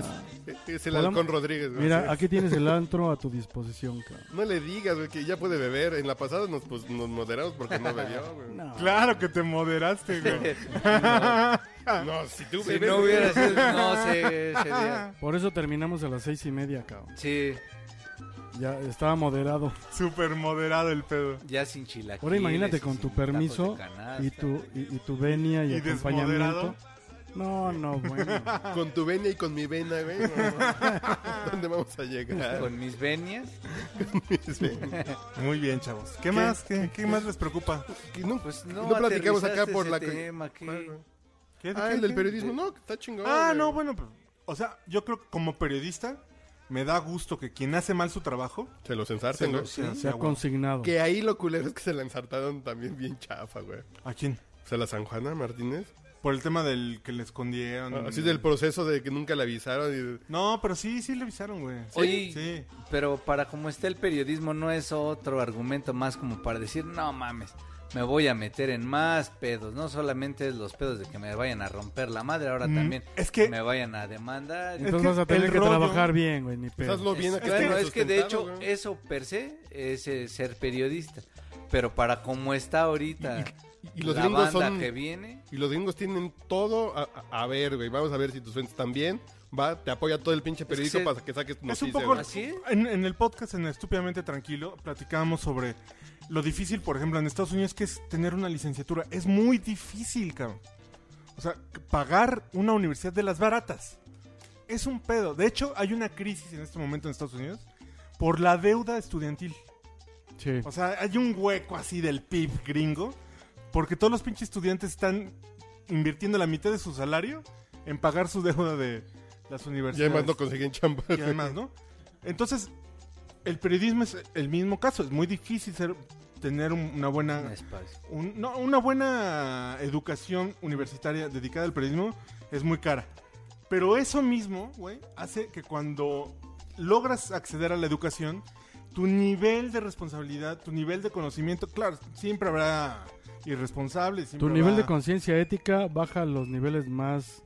Speaker 1: Es el
Speaker 3: Podemos-
Speaker 1: halcón Rodríguez, güey.
Speaker 3: Mira, aquí tienes el antro a tu disposición, cabrón.
Speaker 1: No le digas, güey, que ya puede beber. En la pasada nos, pues, nos moderamos porque no bebió, güey.
Speaker 3: No.
Speaker 2: Ah. Claro que te moderaste, güey.
Speaker 3: Ah.
Speaker 1: No, si tú
Speaker 4: si
Speaker 1: bebes,
Speaker 4: no
Speaker 1: güey.
Speaker 4: hubiera sido, no sé, ese día.
Speaker 3: Por eso terminamos a las seis y media, cabrón.
Speaker 4: Sí,
Speaker 3: Ya estaba moderado.
Speaker 2: Súper moderado el pedo.
Speaker 4: ya sin chilaquiles.
Speaker 3: Ahora imagínate
Speaker 4: y
Speaker 3: con
Speaker 4: sin
Speaker 3: tu
Speaker 4: tacos de
Speaker 3: permiso
Speaker 4: canasta.
Speaker 3: y tu, y, y tu venia y,
Speaker 2: ¿Y
Speaker 3: acompañamiento.
Speaker 2: desmoderado?
Speaker 3: No, no, bueno.
Speaker 1: Con tu vena y con mi vena, güey. no, no. ¿Dónde vamos a llegar?
Speaker 4: Con este. mis venias.
Speaker 1: Sí.
Speaker 2: Muy bien, chavos. ¿Qué, más? ¿Qué, qué más les preocupa?
Speaker 1: Que no-
Speaker 4: Pues no,
Speaker 1: No platicamos acá
Speaker 4: aterrizaste
Speaker 1: por
Speaker 4: ese
Speaker 1: la-
Speaker 4: tema, ¿qué?
Speaker 2: ¿Qué,
Speaker 1: Ah,
Speaker 2: qué,
Speaker 1: el del
Speaker 2: qué?
Speaker 1: periodismo. No, que está chingón.
Speaker 2: Ah,
Speaker 1: güey.
Speaker 2: no, bueno. pues, O sea, yo creo que como periodista me da gusto que quien hace mal su trabajo...
Speaker 1: Se los ensartan,
Speaker 2: lo-
Speaker 1: güey.
Speaker 3: Se ha
Speaker 2: agua-
Speaker 3: consignado.
Speaker 1: Que ahí lo culero es que se la ensartaron también bien chafa, güey.
Speaker 2: ¿A quién?
Speaker 1: O sea, la San Juana Martínez.
Speaker 2: Por el tema del que le escondieron.
Speaker 4: Mm.
Speaker 1: Así Ah, del proceso de que nunca la avisaron. Y...
Speaker 2: No, pero sí, sí le avisaron, güey. Sí,
Speaker 4: Oye,
Speaker 2: sí.
Speaker 4: Pero para como está el periodismo, no es otro argumento más como para decir, no mames, me voy a meter en más pedos. No solamente es los pedos de que me vayan a romper la madre, ahora
Speaker 2: Mm,
Speaker 4: también
Speaker 2: es que-
Speaker 4: me vayan a demandar.
Speaker 2: Es
Speaker 3: Entonces
Speaker 2: que
Speaker 3: vas a tener
Speaker 2: el
Speaker 3: que
Speaker 2: rollo-
Speaker 3: trabajar bien, güey, ni pedo.
Speaker 1: Hazlo bien
Speaker 4: Es-
Speaker 1: a que
Speaker 4: bueno,
Speaker 1: esté
Speaker 4: es que de hecho,
Speaker 1: sustentado, güey.
Speaker 4: eso per se es eh, ser periodista. Pero para como está ahorita
Speaker 1: Y los
Speaker 4: la
Speaker 1: gringos
Speaker 4: banda
Speaker 1: son...
Speaker 4: que viene,
Speaker 1: Y los gringos tienen todo a, a- a ver, güey. Vamos a ver si tus fuentes están bien. Va, te apoya todo el pinche
Speaker 4: que
Speaker 1: periódico
Speaker 4: se-
Speaker 1: para que saques tu
Speaker 2: Es un
Speaker 1: noticia,
Speaker 2: poco...
Speaker 1: güey.
Speaker 4: ¿Así es?
Speaker 2: En, en el podcast, en Estúpidamente Tranquilo, platicábamos sobre lo difícil, por ejemplo, en Estados Unidos, que es tener una licenciatura. Es muy difícil, cabrón. O sea, que pagar una universidad de las baratas. Es un pedo. De hecho, hay una crisis en este momento en Estados Unidos por la deuda estudiantil.
Speaker 3: Sí.
Speaker 2: O sea, hay un hueco así del PIB gringo, porque todos los pinches estudiantes están invirtiendo la mitad de su salario en pagar su deuda de las
Speaker 1: Y además
Speaker 2: universidades.
Speaker 1: no consiguen chamba.
Speaker 2: Y además, ¿no? Entonces, el periodismo es el mismo caso. Es muy difícil ser- tener un- una
Speaker 1: Ah.
Speaker 4: un
Speaker 2: buena,
Speaker 4: espacio.
Speaker 2: un- no, una buena educación universitaria dedicada al periodismo es muy cara. Pero eso mismo, güey, hace que cuando logras acceder a la educación, tu nivel de responsabilidad, tu nivel de conocimiento, claro, siempre habrá irresponsables.
Speaker 3: Tu
Speaker 2: siempre
Speaker 3: nivel de
Speaker 2: habrá-
Speaker 3: conciencia ética baja a los niveles más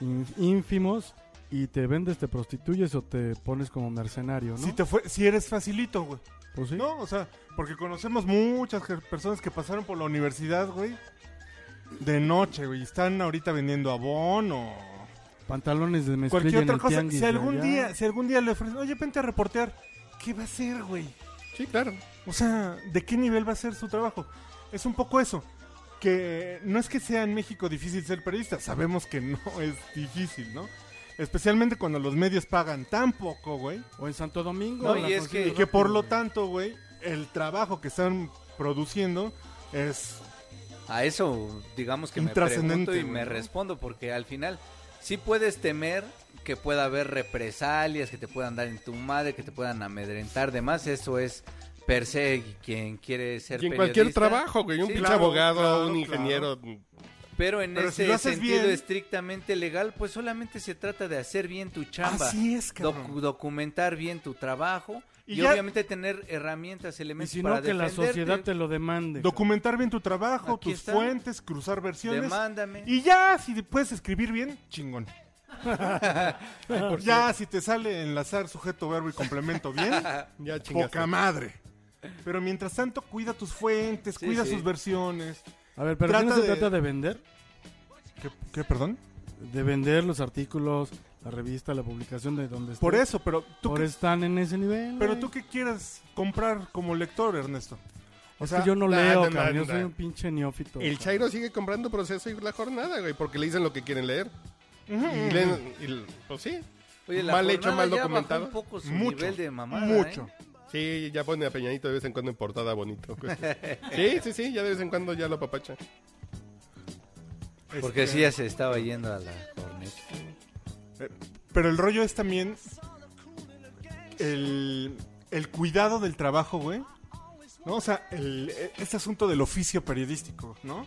Speaker 3: in- ínfimos y te vendes, te prostituyes o te pones como mercenario, ¿no?
Speaker 2: Si, te fue- si eres facilito, güey.
Speaker 3: Pues sí.
Speaker 2: No, o sea, porque conocemos muchas ge- personas que pasaron por la universidad, güey, de noche, güey, y están ahorita vendiendo abono.
Speaker 3: Pantalones de mezclilla
Speaker 2: Cualquier
Speaker 3: en
Speaker 2: otra
Speaker 3: el
Speaker 2: cosa.
Speaker 3: tianguis
Speaker 2: Si
Speaker 3: de
Speaker 2: algún
Speaker 3: allá.
Speaker 2: día, si algún día le ofrecen, oye, vente a reportear, ¿qué va a hacer, güey?
Speaker 1: Sí, claro.
Speaker 2: O sea, ¿de qué nivel va a ser su trabajo? Es un poco eso. Que no es que sea en México difícil ser periodista, sabemos que no es difícil, ¿no? Especialmente cuando los medios pagan tan poco, güey.
Speaker 3: O en Santo Domingo.
Speaker 4: No,
Speaker 3: la
Speaker 4: y es
Speaker 3: consigues
Speaker 4: que-
Speaker 2: Y que por lo
Speaker 3: rápido,
Speaker 2: tanto, güey, el trabajo que están produciendo es...
Speaker 4: A eso, digamos que me
Speaker 2: Intrascendente,
Speaker 4: pregunto y
Speaker 2: güey,
Speaker 4: me
Speaker 2: ¿no?
Speaker 4: respondo, porque al final sí puedes temer que pueda haber represalias, que te puedan dar en tu madre, que te puedan amedrentar, demás, eso es per se quien quiere ser
Speaker 1: Y en cualquier
Speaker 4: periodista.
Speaker 1: trabajo, güey. Un
Speaker 4: Sí,
Speaker 1: pinche
Speaker 2: claro,
Speaker 1: abogado,
Speaker 2: claro,
Speaker 1: un ingeniero. mm,
Speaker 4: Pero en
Speaker 2: Pero si
Speaker 4: ese
Speaker 2: lo haces
Speaker 4: sentido
Speaker 2: bien-
Speaker 4: estrictamente legal, pues solamente se trata de hacer bien tu chamba.
Speaker 2: Así es, cabrón.
Speaker 4: docu- documentar bien tu trabajo
Speaker 2: Y
Speaker 4: y,
Speaker 2: ya-
Speaker 4: obviamente tener herramientas,
Speaker 3: Y
Speaker 4: elementos
Speaker 3: si
Speaker 4: para
Speaker 3: no, que la
Speaker 4: defenderte.
Speaker 3: sociedad te lo demande.
Speaker 2: Documentar bien tu trabajo,
Speaker 4: Aquí
Speaker 2: tus
Speaker 4: está.
Speaker 2: fuentes, cruzar versiones.
Speaker 4: Demándame.
Speaker 2: Y ya, si puedes escribir bien, chingón.
Speaker 1: Por
Speaker 2: Ya, si te sale enlazar sujeto, verbo y complemento bien,
Speaker 1: cierto, ya chingaste.
Speaker 2: poca madre. Pero mientras tanto, cuida tus fuentes,
Speaker 4: Sí,
Speaker 2: cuida
Speaker 4: sí.
Speaker 2: sus versiones.
Speaker 3: A ver, pero
Speaker 2: Trata
Speaker 3: ¿qué no se
Speaker 2: de-
Speaker 3: trata de vender?
Speaker 2: ¿Qué, qué, perdón?
Speaker 3: De vender los artículos, la revista, la publicación de donde
Speaker 2: Por
Speaker 3: estés.
Speaker 2: eso, pero tú,
Speaker 3: Por
Speaker 2: qué-
Speaker 3: están en ese nivel.
Speaker 2: pero
Speaker 3: güey.
Speaker 2: tú qué quieres comprar como lector, Ernesto.
Speaker 3: O
Speaker 1: sea,
Speaker 3: sea, yo no
Speaker 1: nah,
Speaker 3: leo,
Speaker 1: nah,
Speaker 3: cabrón, yo
Speaker 1: nah.
Speaker 3: soy un pinche neófito.
Speaker 1: El
Speaker 3: cabrón.
Speaker 1: Chairo sigue comprando proceso y la jornada, güey, porque le dicen lo que quieren leer. Y
Speaker 2: Ujú.
Speaker 1: leen, y- pues sí.
Speaker 4: Oye, la
Speaker 1: Mal hecho,
Speaker 4: jornada
Speaker 1: mal
Speaker 4: ya bajó
Speaker 1: documentado.
Speaker 4: Pues un poco su
Speaker 2: Mucho,
Speaker 4: nivel de mamada,
Speaker 2: mucho.
Speaker 4: ¿eh?
Speaker 1: Sí, ya pone a Peñanito de vez en cuando en portada bonito. güey. Sí, sí, sí, ya de vez en cuando ya lo papacha.
Speaker 4: Porque
Speaker 2: Este,
Speaker 4: sí ya se estaba yendo a la corneta.
Speaker 2: Pero el rollo es también el, el cuidado del trabajo, güey. ¿No? O sea, el, e- este asunto del oficio periodístico, ¿no?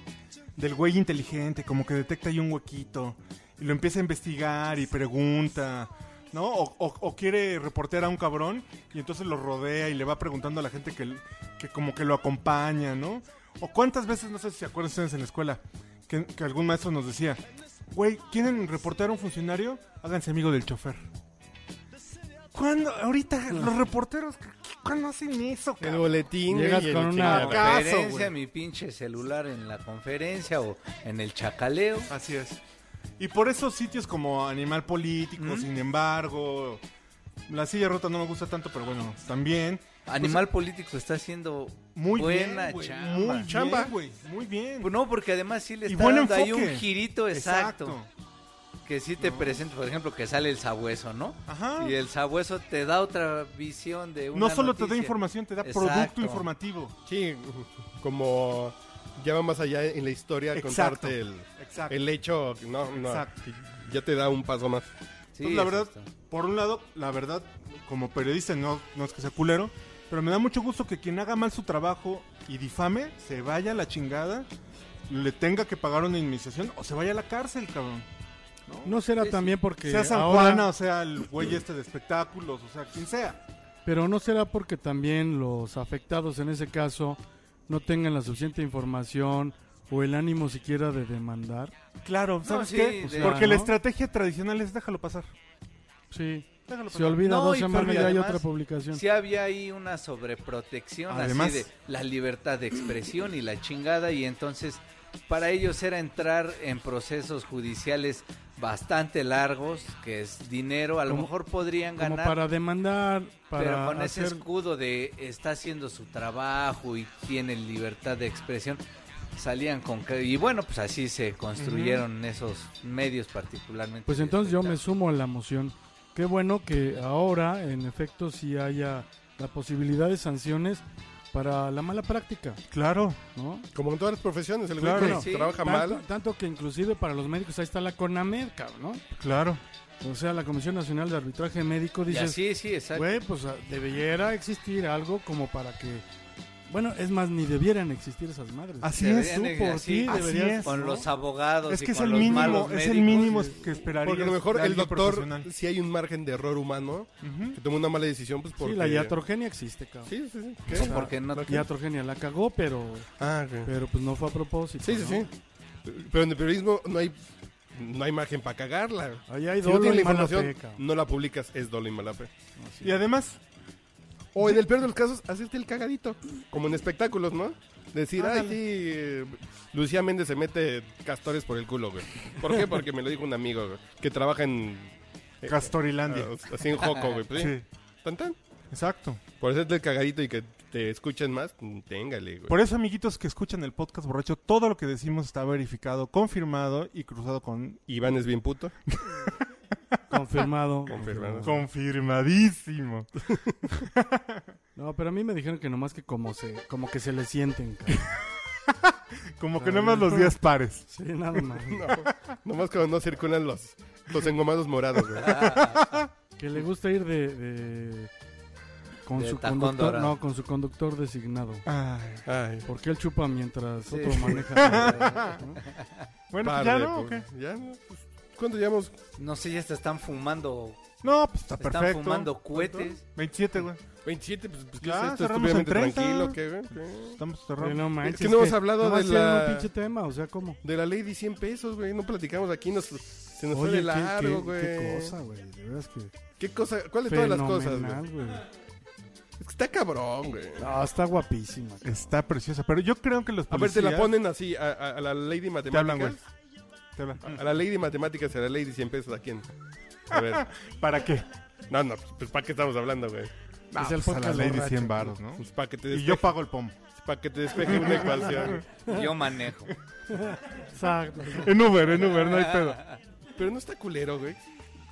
Speaker 2: Del güey inteligente, como que detecta ahí un huequito y lo empieza a investigar y pregunta, ¿no? O, o- o quiere reportear a un cabrón y entonces lo rodea y le va preguntando a la gente que, l- que como que lo acompaña, ¿no? O cuántas veces, no sé si se acuerdan ustedes en la escuela, que, que algún maestro nos decía, Güey, ¿quieren reportar a un funcionario? Háganse amigo del chofer. ¿Cuándo? Ahorita, los reporteros, ¿cu- ¿cuándo hacen eso,
Speaker 1: El
Speaker 2: cabrón?
Speaker 1: boletín,
Speaker 3: Llegas
Speaker 1: güey, y el
Speaker 3: con una-
Speaker 1: chingado.
Speaker 2: Acá. Caso,
Speaker 4: Conferencia,
Speaker 2: güey.
Speaker 4: mi pinche celular en la conferencia o en el chacaleo.
Speaker 2: Así es. Y por esos sitios como Animal Político, sin embargo, La Silla Rota no me gusta tanto, pero bueno, también. Pues,
Speaker 4: Animal político está haciendo
Speaker 2: Muy
Speaker 4: buena
Speaker 2: bien, güey,
Speaker 4: chamba.
Speaker 2: Muy
Speaker 1: Chamba.
Speaker 2: bien, güey, muy bien.
Speaker 4: Pues No, porque además sí le
Speaker 2: Y
Speaker 4: está
Speaker 2: buen
Speaker 4: dando ahí un
Speaker 2: enfoque.
Speaker 4: girito exacto. Que sí te
Speaker 2: No.
Speaker 4: presenta, por ejemplo, que sale el sabueso, ¿no?
Speaker 2: Ajá.
Speaker 4: Y el sabueso te da otra visión de una
Speaker 2: No solo te da
Speaker 4: noticia.
Speaker 2: información, te da
Speaker 4: Exacto.
Speaker 2: producto informativo.
Speaker 1: Sí, como ya va más allá en la historia
Speaker 2: Exacto.
Speaker 1: contarte el,
Speaker 2: Exacto.
Speaker 1: el hecho. No, no.
Speaker 2: Exacto.
Speaker 1: Ya te da un paso más.
Speaker 4: Sí,
Speaker 2: Entonces, la verdad,
Speaker 4: exacto.
Speaker 2: por un lado, la verdad, como periodista, no, no es que sea culero, pero me da mucho gusto que quien haga mal su trabajo y difame, se vaya a la chingada, le tenga que pagar una indemnización o se vaya a la cárcel, cabrón.
Speaker 3: No será
Speaker 4: Sí, sí.
Speaker 3: también porque
Speaker 2: sea San
Speaker 3: ahora-
Speaker 2: Juana, o sea, el güey este de espectáculos, o sea, quien sea.
Speaker 3: pero no será porque también los afectados en ese caso no tengan la suficiente información o el ánimo siquiera de demandar.
Speaker 2: Claro, ¿sabes
Speaker 4: ¿sabes sí,
Speaker 2: qué?
Speaker 4: qué? de-
Speaker 2: Porque
Speaker 3: ¿no?
Speaker 2: la estrategia tradicional es déjalo pasar.
Speaker 3: Sí,
Speaker 2: Déjalo
Speaker 3: se
Speaker 2: pasar.
Speaker 3: olvida
Speaker 4: No,
Speaker 3: dos
Speaker 4: y
Speaker 3: semanas y
Speaker 4: porque
Speaker 3: ya hay
Speaker 4: además-
Speaker 3: otra publicación.
Speaker 4: Sí había ahí una sobreprotección
Speaker 2: Además-
Speaker 4: así de la libertad de expresión y la chingada y entonces para ellos era entrar en procesos judiciales bastante largos, que es dinero, a lo
Speaker 3: Como-
Speaker 4: mejor podrían
Speaker 3: Como
Speaker 4: ganar,
Speaker 3: para demandar,
Speaker 4: pero
Speaker 3: para
Speaker 4: con ese
Speaker 3: hacer-
Speaker 4: escudo de está haciendo su trabajo y tiene libertad de expresión salían con que- y bueno, pues así se construyeron esos medios particularmente.
Speaker 3: Pues
Speaker 4: de
Speaker 3: entonces yo me
Speaker 4: espectáculo.
Speaker 3: sumo a la moción. Qué bueno que ahora, en efecto, sí haya la posibilidad de sanciones para la mala práctica,
Speaker 2: Claro.
Speaker 3: ¿no?
Speaker 1: Como en todas las profesiones, el güey
Speaker 2: Claro.
Speaker 1: que
Speaker 4: Sí.
Speaker 1: trabaja
Speaker 3: Tanto,
Speaker 1: mal.
Speaker 3: tanto que inclusive para los médicos ahí está la CONAMED, cabrón, ¿no?
Speaker 2: Claro.
Speaker 3: O sea, la Comisión Nacional de Arbitraje Médico
Speaker 4: Y
Speaker 3: dice, ah,
Speaker 4: así, sí, exacto.
Speaker 3: güey, pues a- debiera existir algo como para que Bueno, es más, ni debieran existir esas madres.
Speaker 2: Así
Speaker 4: Deberían
Speaker 2: es, tú,
Speaker 4: de-
Speaker 2: por
Speaker 4: así,
Speaker 2: ti,
Speaker 3: así
Speaker 2: deberías.
Speaker 3: es.
Speaker 4: Con
Speaker 3: ¿no?
Speaker 4: los abogados
Speaker 2: Es
Speaker 4: y
Speaker 2: que es
Speaker 4: con
Speaker 2: el
Speaker 4: los
Speaker 2: mínimo,
Speaker 4: malos
Speaker 2: es el
Speaker 4: médicos.
Speaker 2: mínimo que esperaría.
Speaker 1: Porque a lo mejor el doctor, si hay un margen de error humano, que toma una mala decisión, pues porque...
Speaker 3: Sí, la iatrogenia existe, cabrón.
Speaker 1: Sí, sí, sí.
Speaker 4: O porque no-
Speaker 1: La-
Speaker 3: Iatrogenia la cagó, pero,
Speaker 1: Ah, ok.
Speaker 2: Eh,
Speaker 3: pero pues no fue a propósito.
Speaker 1: Sí, sí,
Speaker 3: ¿no?
Speaker 1: sí. Pero en el periodismo no hay, no hay margen para cagarla.
Speaker 3: Ahí hay
Speaker 1: Si no
Speaker 3: dolo
Speaker 1: tienes la
Speaker 3: y mala
Speaker 1: información,
Speaker 3: fe, cabrón.
Speaker 1: no la publicas, es dolo y mala fe.
Speaker 2: Y además,
Speaker 1: O en el peor de los casos, hacerte el cagadito. Como en espectáculos, ¿no? Decir, ay, sí, eh, Lucía Méndez se mete castores por el culo, güey. ¿Por qué? Porque me lo dijo un amigo güey, que trabaja en... eh,
Speaker 2: Castorilandia.
Speaker 1: ah, así en Joco, güey. pues, sí.
Speaker 2: Sí,
Speaker 1: Tan, tan.
Speaker 2: exacto.
Speaker 1: Por hacerte el cagadito y que te escuchen más, mm, téngale, güey.
Speaker 2: Por eso, amiguitos que escuchan el podcast borracho, todo lo que decimos está verificado, confirmado y cruzado con...
Speaker 1: Iván es bien puto.
Speaker 3: Confirmado.
Speaker 1: Confirmado.
Speaker 2: Confirmadísimo.
Speaker 3: No, pero a mí me dijeron que nomás que como se, como que se le sienten, cabrón.
Speaker 2: Como que nada más los días pares.
Speaker 3: Sí, nada más.
Speaker 1: No, nomás cuando no circulan los, los engomados morados, güey.
Speaker 3: Que le gusta ir de, de- con
Speaker 4: De
Speaker 3: su
Speaker 4: tacón
Speaker 3: conductor,
Speaker 4: dorado.
Speaker 3: no, con su conductor designado.
Speaker 2: Ay.
Speaker 1: Ay.
Speaker 3: Porque él chupa mientras
Speaker 4: Sí.
Speaker 3: otro maneja. ¿no?
Speaker 2: Bueno, pues
Speaker 1: Par
Speaker 2: ya
Speaker 1: de
Speaker 2: no, ¿o
Speaker 1: pu-
Speaker 2: qué?
Speaker 1: Ya no. pues, ¿Cuánto llevamos?
Speaker 4: No sé, ya hasta están fumando.
Speaker 2: No, pues está
Speaker 4: Están
Speaker 2: perfecto.
Speaker 4: fumando cohetes.
Speaker 2: 27, güey.
Speaker 1: 27, pues, pues ¿qué
Speaker 2: Ya,
Speaker 1: es esto?
Speaker 2: cerramos en
Speaker 1: Estúpidamente
Speaker 2: 30.
Speaker 1: tranquilo, ¿qué, güey? ¿Qué?
Speaker 2: Estamos
Speaker 3: Sí,
Speaker 2: cerrando.
Speaker 3: no manches,
Speaker 1: que no hemos hablado
Speaker 3: nomás
Speaker 1: de
Speaker 3: hicieron
Speaker 1: la-
Speaker 3: un pinche tema, o sea, ¿cómo?
Speaker 1: De la ley de 100 pesos, güey. No platicamos aquí. Nos, se nos fue
Speaker 3: Oye,
Speaker 1: de
Speaker 3: qué-
Speaker 1: largo,
Speaker 3: qué,
Speaker 1: güey.
Speaker 3: qué cosa, güey. De veras que
Speaker 1: ¿Qué cosa? ¿Cuál de todas las cosas, güey?
Speaker 3: fenomenal, güey.
Speaker 1: Es que está cabrón, güey.
Speaker 3: No, está guapísima. cabrón.
Speaker 2: Está preciosa, pero yo creo que los
Speaker 1: A ver,
Speaker 2: policías...
Speaker 1: te la ponen así, a, a- a la ley de
Speaker 2: Te hablan, güey.
Speaker 1: matemáticas.
Speaker 2: Te hablan.
Speaker 1: A, a la ley de matemáticas y a la ley de 100 pesos, ¿a quién? A ver.
Speaker 2: ¿Para qué?
Speaker 1: No, no, pues ¿para qué estamos hablando, güey?
Speaker 3: es el
Speaker 2: Pues a la
Speaker 3: podcast
Speaker 2: ley de
Speaker 3: borracho.
Speaker 2: 100 baros, ¿no?
Speaker 1: Pues para que te
Speaker 2: Y
Speaker 1: despeje,
Speaker 2: yo pago el pomo.
Speaker 1: para que te despeje una ecuación. güey.
Speaker 4: Yo manejo.
Speaker 3: Exacto.
Speaker 2: En Uber, en Uber, no hay pedo.
Speaker 1: Pero no está culero, güey.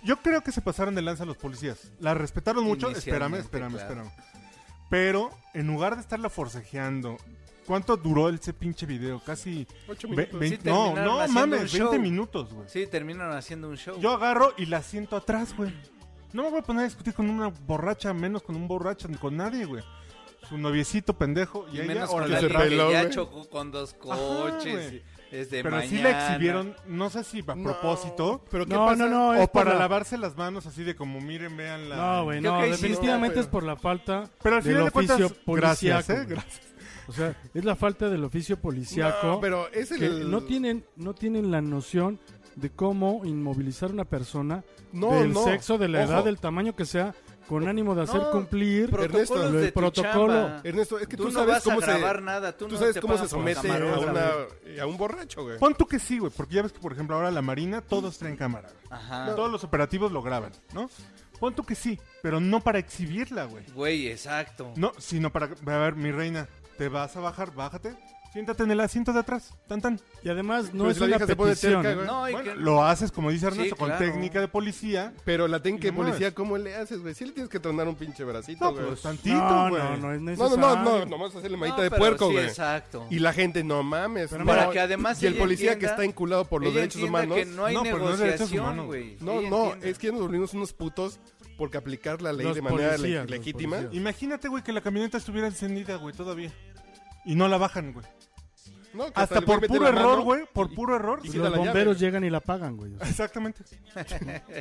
Speaker 2: Yo creo que se pasaron de lanza los policías. La respetaron mucho. Espérame,
Speaker 4: Inicialmente,
Speaker 2: espérame,
Speaker 4: claro.
Speaker 2: espérame. Pero en lugar de estarla forcejeando, ¿cuánto duró ese pinche video? Casi
Speaker 1: Ocho
Speaker 2: ve-
Speaker 1: minutos.
Speaker 2: 20
Speaker 4: Sí,
Speaker 2: no,
Speaker 4: terminaron
Speaker 2: no
Speaker 4: haciendo un
Speaker 2: mames,
Speaker 4: show.
Speaker 2: 20 minutos, güey.
Speaker 4: Sí, terminan haciendo un show.
Speaker 2: Yo agarro y la siento atrás, güey. No me voy a poner a discutir con una borracha, menos con un borracho, ni con nadie, güey. Su noviecito pendejo y,
Speaker 4: y
Speaker 2: ella
Speaker 4: menos con
Speaker 2: órale,
Speaker 1: la
Speaker 4: alguien
Speaker 1: se
Speaker 2: atrás.
Speaker 1: peló,
Speaker 4: que ya
Speaker 1: güey. Ah,
Speaker 4: chocó con dos
Speaker 2: Ajá,
Speaker 4: coches.
Speaker 2: güey.
Speaker 4: es de
Speaker 2: Pero
Speaker 4: mañana.
Speaker 2: sí la exhibieron, no sé si a
Speaker 1: No.
Speaker 2: propósito.
Speaker 1: Pero ¿qué
Speaker 3: No,
Speaker 1: pasa?
Speaker 3: no, no. es
Speaker 2: o
Speaker 3: por
Speaker 2: para
Speaker 3: la-
Speaker 2: lavarse las manos así de como miren, vean la...
Speaker 3: No, güey,
Speaker 4: Creo
Speaker 3: no,
Speaker 4: que ahí sí está,
Speaker 3: definitivamente
Speaker 1: pero-
Speaker 3: es por la falta
Speaker 2: Pero al
Speaker 3: del
Speaker 2: final de cuentas,
Speaker 3: oficio
Speaker 2: gracias, ¿eh?
Speaker 3: policiaco. güey.
Speaker 2: Gracias.
Speaker 3: O sea, es la falta del oficio policiaco.
Speaker 1: No, pero es el...
Speaker 3: que no tienen no tienen la noción de cómo inmovilizar una persona
Speaker 1: No,
Speaker 3: del
Speaker 1: no.
Speaker 3: sexo, de la
Speaker 1: Ojo.
Speaker 3: edad, del tamaño que sea, con ánimo de hacer
Speaker 1: No,
Speaker 3: cumplir
Speaker 1: Ernesto,
Speaker 4: Protocolos
Speaker 3: el
Speaker 4: de tu
Speaker 3: protocolo.
Speaker 4: chamba.
Speaker 1: Ernesto, es que tú,
Speaker 4: tú, no
Speaker 1: sabes
Speaker 4: vas
Speaker 1: cómo
Speaker 4: a
Speaker 1: se...
Speaker 4: grabar nada. Tú,
Speaker 1: Tú
Speaker 4: no
Speaker 1: sabes
Speaker 4: te
Speaker 1: cómo se
Speaker 4: pagas por
Speaker 1: somete a,
Speaker 4: camarógrafo.
Speaker 1: una, eh, a un borracho, güey.
Speaker 2: Pon tú que sí, güey, porque ya ves que, por ejemplo, ahora la Marina todos traen cámara. güey.
Speaker 1: Ah.
Speaker 4: Ajá.
Speaker 2: Todos los operativos lo graban, ¿no? Pon tú que sí, pero no para exhibirla, güey.
Speaker 4: Güey, exacto.
Speaker 2: No, sino para... A ver, mi reina, te vas a bajar, bájate. Siéntate en el asiento de atrás, tan tan.
Speaker 3: Y además no
Speaker 1: Pero
Speaker 3: es
Speaker 1: si la
Speaker 3: una
Speaker 1: vieja se pone
Speaker 3: petición. ¿eh?
Speaker 1: terca, güey.
Speaker 4: No, y
Speaker 2: Bueno,
Speaker 4: que-
Speaker 2: lo haces, como dice Ernesto,
Speaker 4: Sí,
Speaker 2: con
Speaker 4: claro.
Speaker 2: técnica de policía.
Speaker 1: Pero la técnica de
Speaker 2: No mames.
Speaker 1: policía, ¿cómo le haces, güey? Sí le tienes que tronar un pinche bracito,
Speaker 2: No,
Speaker 1: güey.
Speaker 2: pues tantito,
Speaker 3: no,
Speaker 2: güey.
Speaker 3: no, no es
Speaker 1: no, no,
Speaker 3: necesario.
Speaker 1: no, no, nomás hacerle manita de
Speaker 4: pero
Speaker 1: puerco,
Speaker 4: sí,
Speaker 1: güey.
Speaker 4: exacto.
Speaker 1: y la gente, no mames.
Speaker 3: Pero
Speaker 1: no.
Speaker 4: para que además
Speaker 1: Y el
Speaker 4: ella
Speaker 1: policía que
Speaker 4: entienda-
Speaker 1: está enculado por los
Speaker 4: ella
Speaker 1: derechos
Speaker 4: entienda
Speaker 1: humanos.
Speaker 4: que no hay
Speaker 2: No, pues, no es derechos
Speaker 4: negociación,
Speaker 2: humanos.
Speaker 4: güey.
Speaker 1: No,
Speaker 4: Ella
Speaker 1: no,
Speaker 4: entienda.
Speaker 1: es que ya nos volvimos unos putos porque aplicar la ley
Speaker 3: Los
Speaker 1: de manera le-
Speaker 3: policías, los
Speaker 1: legítima.
Speaker 3: policías.
Speaker 2: Imagínate, güey, que la camioneta estuviera encendida, güey, todavía. Y no la bajan, güey.
Speaker 1: No, que
Speaker 2: Hasta
Speaker 1: el
Speaker 2: por
Speaker 1: güey mete
Speaker 2: puro
Speaker 1: la mano.
Speaker 2: error, güey, por puro error.
Speaker 1: Y
Speaker 3: Pues
Speaker 1: quita
Speaker 3: los
Speaker 1: la llave.
Speaker 3: bomberos llegan y la pagan, güey. o sea.
Speaker 2: Exactamente.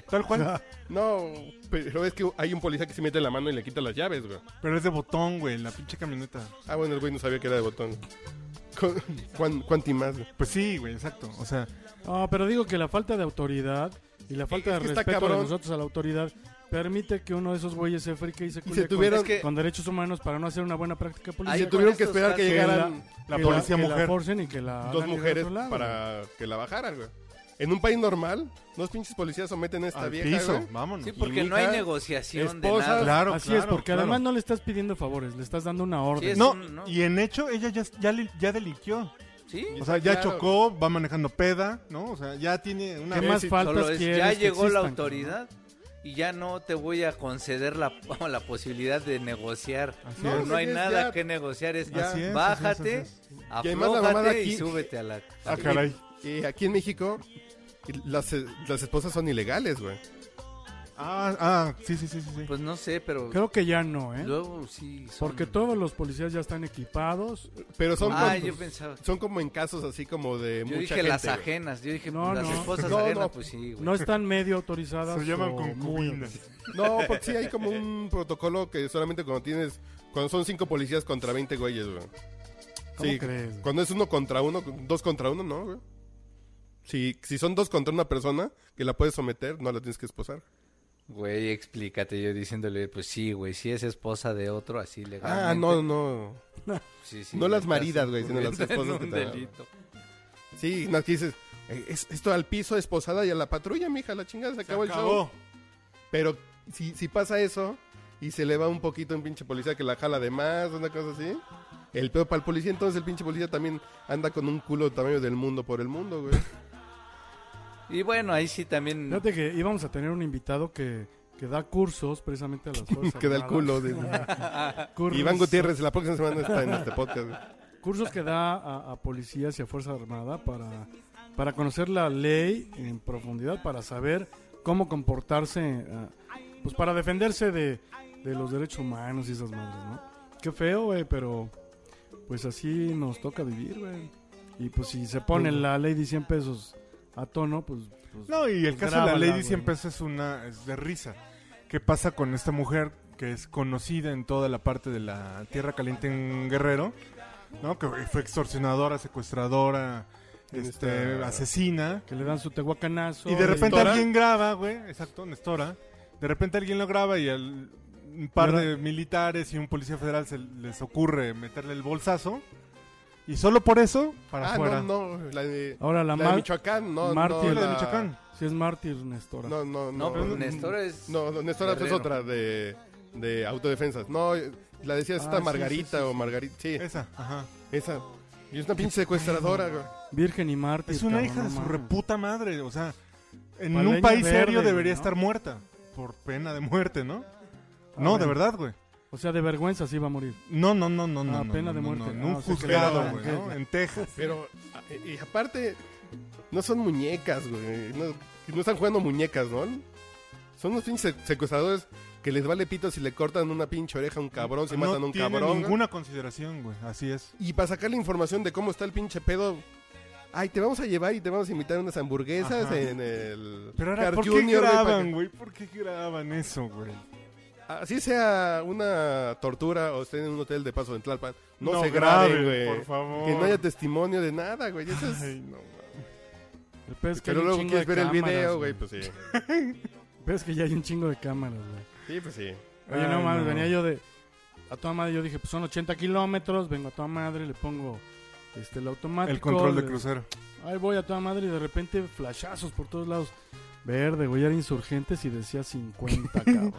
Speaker 2: Tal cual.
Speaker 1: No, pero es que hay un policía que se mete la mano y le quita las llaves, güey.
Speaker 2: Pero es de botón, güey, la pinche camioneta.
Speaker 1: Ah, bueno, el güey no sabía que era de botón. Con- cuan- Cuanti más, güey.
Speaker 2: Pues sí, güey, exacto. O sea,
Speaker 3: No, pero digo que la falta de autoridad y la
Speaker 1: Es
Speaker 3: falta de
Speaker 1: que está
Speaker 3: respeto de
Speaker 1: cabrón.
Speaker 3: nosotros a la autoridad permite que uno de esos güeyes se frique y se cuide
Speaker 1: se tuvieron-
Speaker 3: con,
Speaker 4: Es que-
Speaker 3: con derechos humanos para no hacer una buena práctica policial.
Speaker 4: Ahí
Speaker 1: Se
Speaker 4: con
Speaker 1: tuvieron que
Speaker 4: estos
Speaker 1: esperar que
Speaker 4: casos-
Speaker 1: llegaran
Speaker 2: la
Speaker 3: que
Speaker 2: policía
Speaker 3: que la
Speaker 2: mujer.
Speaker 3: forcen y que la
Speaker 1: dos
Speaker 3: hagan ir a
Speaker 1: mujeres
Speaker 3: otro lado, güey.
Speaker 1: para que la bajaran, güey. En un país normal, dos pinches policías someten a esta
Speaker 2: al
Speaker 1: vieja,
Speaker 2: piso,
Speaker 1: güey.
Speaker 2: vámonos.
Speaker 4: Ah, Sí, pues, porque no hay
Speaker 1: hija,
Speaker 4: negociación
Speaker 1: esposa,
Speaker 4: de nada.
Speaker 2: Claro,
Speaker 3: Así
Speaker 2: claro,
Speaker 3: es, porque
Speaker 2: claro.
Speaker 3: además no le estás pidiendo favores, le estás dando una orden.
Speaker 4: es-
Speaker 2: No,
Speaker 4: no.
Speaker 2: y en hecho ella ya, ya, li- ya delinquió.
Speaker 4: ¿Sí?
Speaker 2: O sea, ya
Speaker 1: Claro.
Speaker 2: chocó, va manejando peda, ¿no? O sea, ya tiene una...
Speaker 3: ¿Qué más
Speaker 1: sí,
Speaker 3: faltas
Speaker 4: Solo es,
Speaker 3: quieres
Speaker 4: ya
Speaker 3: que
Speaker 4: llegó la
Speaker 3: existan,
Speaker 4: autoridad y ya no te voy a conceder la, la posibilidad de negociar.
Speaker 2: Así
Speaker 4: No,
Speaker 2: es.
Speaker 4: no hay
Speaker 1: Ya-
Speaker 4: nada que negociar, es
Speaker 2: Así es,
Speaker 4: bájate,
Speaker 2: así es,
Speaker 1: Y además la mamada
Speaker 4: aflójate y
Speaker 1: aquí-
Speaker 4: súbete a la...
Speaker 2: Ah, caray.
Speaker 1: eh, Y aquí en México, las, las esposas son ilegales, güey.
Speaker 2: Ah, ah, sí, sí, sí, sí. sí.
Speaker 4: Pues no sé, pero
Speaker 3: Creo que ya no, ¿eh?
Speaker 4: luego sí. son-
Speaker 3: Porque todos los policías ya están equipados.
Speaker 1: Pero son,
Speaker 4: Ah,
Speaker 1: con-
Speaker 4: yo pensaba.
Speaker 1: son como en casos así como de
Speaker 4: Yo
Speaker 1: mucha
Speaker 4: dije
Speaker 1: gente.
Speaker 4: las
Speaker 1: güey.
Speaker 4: ajenas. Yo dije
Speaker 3: No, no.
Speaker 4: pues, las esposas
Speaker 1: No,
Speaker 4: ajenas,
Speaker 1: no.
Speaker 4: pues sí, güey.
Speaker 3: No están medio autorizadas.
Speaker 2: Se llaman
Speaker 3: o
Speaker 2: concubinas.
Speaker 3: Pues, muy-
Speaker 1: No, porque sí hay como un protocolo que solamente cuando tienes... Cuando son cinco policías contra 20 güeyes, güey.
Speaker 3: ¿Cómo
Speaker 1: Sí,
Speaker 3: crees?
Speaker 1: Cuando es uno contra uno, dos contra uno, no, güey. Si, si son dos contra una persona que la puedes someter, no la tienes que esposar.
Speaker 4: Güey, explícate. Yo diciéndole, pues sí, güey, si es esposa de otro, así legalmente.
Speaker 1: Ah, no, no.
Speaker 4: Sí, sí,
Speaker 1: no las
Speaker 4: estás
Speaker 1: maridas, güey, sino las
Speaker 4: incurriendo
Speaker 1: esposas
Speaker 4: en
Speaker 1: que te-
Speaker 4: un delito.
Speaker 1: Sí, no, aquí dices, eh, es- esto al piso, esposada y a la patrulla, mija, la chingada, se
Speaker 2: Se
Speaker 1: acabó, el show.
Speaker 2: acabó.
Speaker 1: Pero si, si pasa eso y se le va un poquito un pinche policía que la jala de más, una cosa así, el peor para el policía, entonces el pinche policía también anda con un culo tamaño del mundo por el mundo, güey.
Speaker 4: Y bueno, ahí sí también.
Speaker 3: Fíjate que íbamos a tener un invitado que, que da cursos precisamente a las fuerzas.
Speaker 1: que da el
Speaker 3: Armadas.
Speaker 1: culo. de-
Speaker 3: Cursos-
Speaker 1: Iván Gutiérrez, la próxima semana está en este podcast. güey.
Speaker 3: Cursos que da a, a policías y a Fuerza Armada para, para conocer la ley en profundidad, para saber cómo comportarse, eh, pues para defenderse de, de los derechos humanos y esas madres, ¿no? Qué feo, güey, pero pues así nos toca vivir, güey. Y pues si se pone la ley de 100 pesos a tono, pues... pues-
Speaker 2: No, y el caso de
Speaker 3: Grábala,
Speaker 2: la ley
Speaker 3: güey.
Speaker 2: 100 pesos es una es de risa. ¿Qué pasa con esta mujer que es conocida en toda la parte de la Tierra Caliente en Guerrero? ¿No? Que fue extorsionadora, secuestradora, este,
Speaker 1: Esta-
Speaker 2: asesina.
Speaker 3: Que le dan su tehuacanazo.
Speaker 2: Y de repente
Speaker 1: ¿Nestora?
Speaker 2: alguien graba, güey, exacto, Nestora. De repente alguien lo graba y al- un par de militares y un policía federal se les ocurre meterle el bolsazo. Y solo por eso, para
Speaker 1: Ah,
Speaker 2: afuera.
Speaker 1: no, no, la de,
Speaker 3: Ahora la,
Speaker 1: la de
Speaker 3: Ah, mar-
Speaker 1: Michoacán, no,
Speaker 3: Martín.
Speaker 1: no,
Speaker 2: Sí, la de
Speaker 1: la-
Speaker 2: Michoacán.
Speaker 3: Si es mártir, Nestora.
Speaker 1: No, no, no.
Speaker 4: No,
Speaker 1: No,
Speaker 4: pero
Speaker 2: no,
Speaker 4: Néstor es.
Speaker 1: no, Nestora es
Speaker 4: Guerrero.
Speaker 1: otra de, de autodefensas. No, la decía
Speaker 3: Ah,
Speaker 1: esta
Speaker 3: sí,
Speaker 1: Margarita
Speaker 3: sí, sí,
Speaker 1: o Margarita, sí,
Speaker 2: Esa, ajá.
Speaker 1: esa. Y es una pinche secuestradora, güey.
Speaker 3: Virgen y mártir.
Speaker 2: Es una
Speaker 3: cabrón,
Speaker 2: hija
Speaker 3: no
Speaker 2: de su
Speaker 3: mames.
Speaker 2: reputa madre, o sea, en
Speaker 3: Paleña
Speaker 2: un país
Speaker 3: verde,
Speaker 2: serio
Speaker 3: güey,
Speaker 2: debería
Speaker 3: ¿no?
Speaker 2: estar muerta por pena de muerte, ¿no?
Speaker 3: Ah,
Speaker 2: no, de
Speaker 3: bueno.
Speaker 2: verdad, güey.
Speaker 3: O sea, de vergüenza sí va a morir.
Speaker 2: No, no, no, no, no.
Speaker 3: Ah,
Speaker 2: no,
Speaker 3: pena
Speaker 2: no,
Speaker 3: de
Speaker 2: no,
Speaker 3: muerte.
Speaker 2: no, en
Speaker 3: Ah,
Speaker 2: un
Speaker 3: o sea,
Speaker 2: juzgado,
Speaker 3: que-
Speaker 2: güey,
Speaker 3: que-
Speaker 2: ¿no? En Texas.
Speaker 1: Pero, a- y aparte, no son muñecas, güey. No, no están jugando muñecas, ¿no? Son unos pinches sec- secuestradores que les vale pito si le cortan una pinche oreja a un cabrón, si
Speaker 2: no
Speaker 1: matan a un
Speaker 2: tiene
Speaker 1: cabrón. güey.
Speaker 2: ninguna consideración, güey, así es.
Speaker 1: Y para sacar la información de cómo está el pinche pedo. Ay, te vamos a llevar y te vamos a invitar unas hamburguesas
Speaker 2: Ajá.
Speaker 1: en el.
Speaker 2: Pero ahora,
Speaker 1: Car
Speaker 2: ¿por qué
Speaker 1: Junior, güey, para
Speaker 2: graban, güey? ¿Por qué graban eso, güey?
Speaker 1: Así sea una tortura o esté en un hotel de paso en Tlalpan, no, se
Speaker 2: graben,
Speaker 1: grabe, güey.
Speaker 2: Por favor.
Speaker 1: Que no haya testimonio de nada, güey. Eso es-
Speaker 2: Ay, no, mames.
Speaker 3: El pez que hay
Speaker 1: Pero
Speaker 3: un
Speaker 1: luego
Speaker 3: chingo
Speaker 1: quieres
Speaker 3: de
Speaker 1: ver el
Speaker 3: cámaras,
Speaker 1: video, güey, pues sí.
Speaker 3: Ves que ya hay un chingo de cámaras, güey.
Speaker 1: Sí, pues sí.
Speaker 3: Oye, no
Speaker 2: Ay,
Speaker 3: mames,
Speaker 2: no.
Speaker 3: venía yo de... A toda madre, yo dije, pues son 80 kilómetros, vengo a toda madre, le pongo este, el automático.
Speaker 2: El control de
Speaker 3: le-
Speaker 2: crucero.
Speaker 3: Ahí voy a toda madre y de repente flashazos por todos lados. Verde, güey, era insurgentes y decía 50, cabrón.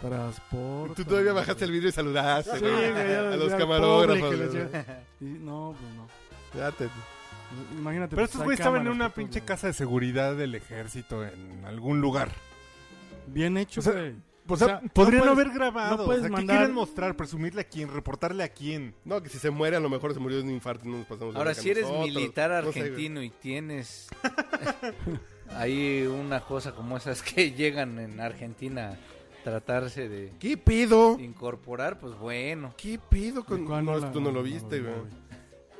Speaker 3: Transporte.
Speaker 1: Tú todavía bajaste el video y saludaste,
Speaker 3: Sí,
Speaker 1: güey.
Speaker 3: güey, ya
Speaker 1: a
Speaker 3: decía
Speaker 1: los
Speaker 3: al
Speaker 1: camarógrafos.
Speaker 3: pobre que le
Speaker 1: güey.
Speaker 3: decía- Y no, pues no.
Speaker 1: Ya te-
Speaker 3: Imagínate.
Speaker 2: Pero
Speaker 3: pues,
Speaker 2: estos
Speaker 3: hay
Speaker 2: güeyes estaban en
Speaker 3: cámaras
Speaker 2: una
Speaker 3: por todos
Speaker 2: pinche
Speaker 3: lados.
Speaker 2: casa de seguridad del ejército en algún lugar.
Speaker 3: Bien hecho,
Speaker 2: O sea,
Speaker 3: güey.
Speaker 2: O sea,
Speaker 3: O sea, no
Speaker 2: podrían
Speaker 3: puedes-
Speaker 2: haber grabado.
Speaker 3: no puedes
Speaker 2: o sea, ¿Qué
Speaker 3: mandar-
Speaker 2: quieren mostrar? ¿Presumirle a quién? ¿Reportarle a quién?
Speaker 1: No, que si se muere, a lo mejor se murió de un infarto y no nos pasamos pues, de
Speaker 4: Ahora,
Speaker 1: verga
Speaker 4: si eres
Speaker 1: nosotros.
Speaker 4: militar
Speaker 1: No sé, güey.
Speaker 4: argentino y tienes ahí una cosa como esas que llegan en Argentina a tratarse de
Speaker 1: ¿Qué pedo?
Speaker 4: incorporar, pues bueno.
Speaker 1: ¿Qué pedo con.?
Speaker 3: ¿De cuál
Speaker 1: No,
Speaker 3: la-
Speaker 1: tú no lo viste,
Speaker 3: no,
Speaker 1: güey.
Speaker 3: no,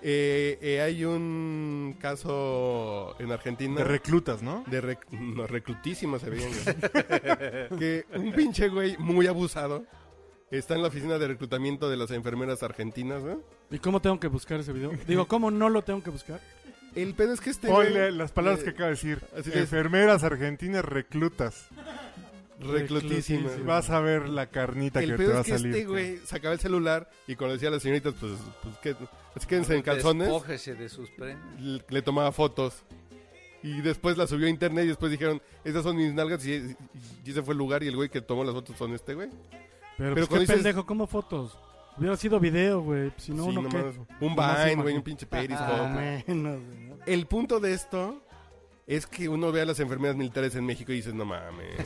Speaker 1: Eh, eh, hay un caso en Argentina.
Speaker 2: De reclutas, ¿no?
Speaker 1: de rec- no, reclutísima se veían, güey. que un pinche güey muy abusado está en la oficina de reclutamiento de las enfermeras argentinas, ¿no?
Speaker 3: ¿Y cómo tengo que buscar ese video? Digo, ¿cómo no lo tengo que buscar?
Speaker 1: El pedo es que este güey-
Speaker 2: Ponle las palabras que acaba de decir.
Speaker 1: así es.
Speaker 2: Enfermeras argentinas reclutas.
Speaker 1: reclutísima.
Speaker 3: Reclutísima.
Speaker 2: Vas a ver la carnita
Speaker 1: El
Speaker 2: que te
Speaker 1: pedo es
Speaker 2: va a
Speaker 1: que
Speaker 2: salir.
Speaker 1: este güey sacaba el celular y cuando decía a las señoritas, pues, pues ¿qué? Pues, quédense en calzones,
Speaker 4: Despójese de sus prendas.
Speaker 1: l- le tomaba fotos. Y después la subió a internet y después dijeron, esas son mis nalgas y, y- y ese fue el lugar y el güey que tomó las fotos son este güey. Pero
Speaker 3: Pero, pues, qué
Speaker 1: cuando dices-
Speaker 3: pendejo, ¿cómo fotos? Hubiera sido video, güey. Si no,
Speaker 1: Sí,
Speaker 3: uno
Speaker 1: nomás,
Speaker 3: qué.
Speaker 1: un
Speaker 3: Nomás
Speaker 1: Vine,
Speaker 3: imagen.
Speaker 1: güey, un pinche Periscope.
Speaker 3: Ah, menos, güey, ¿no?
Speaker 1: El punto de esto es que uno ve a las enfermeras militares en México y dices, no mames.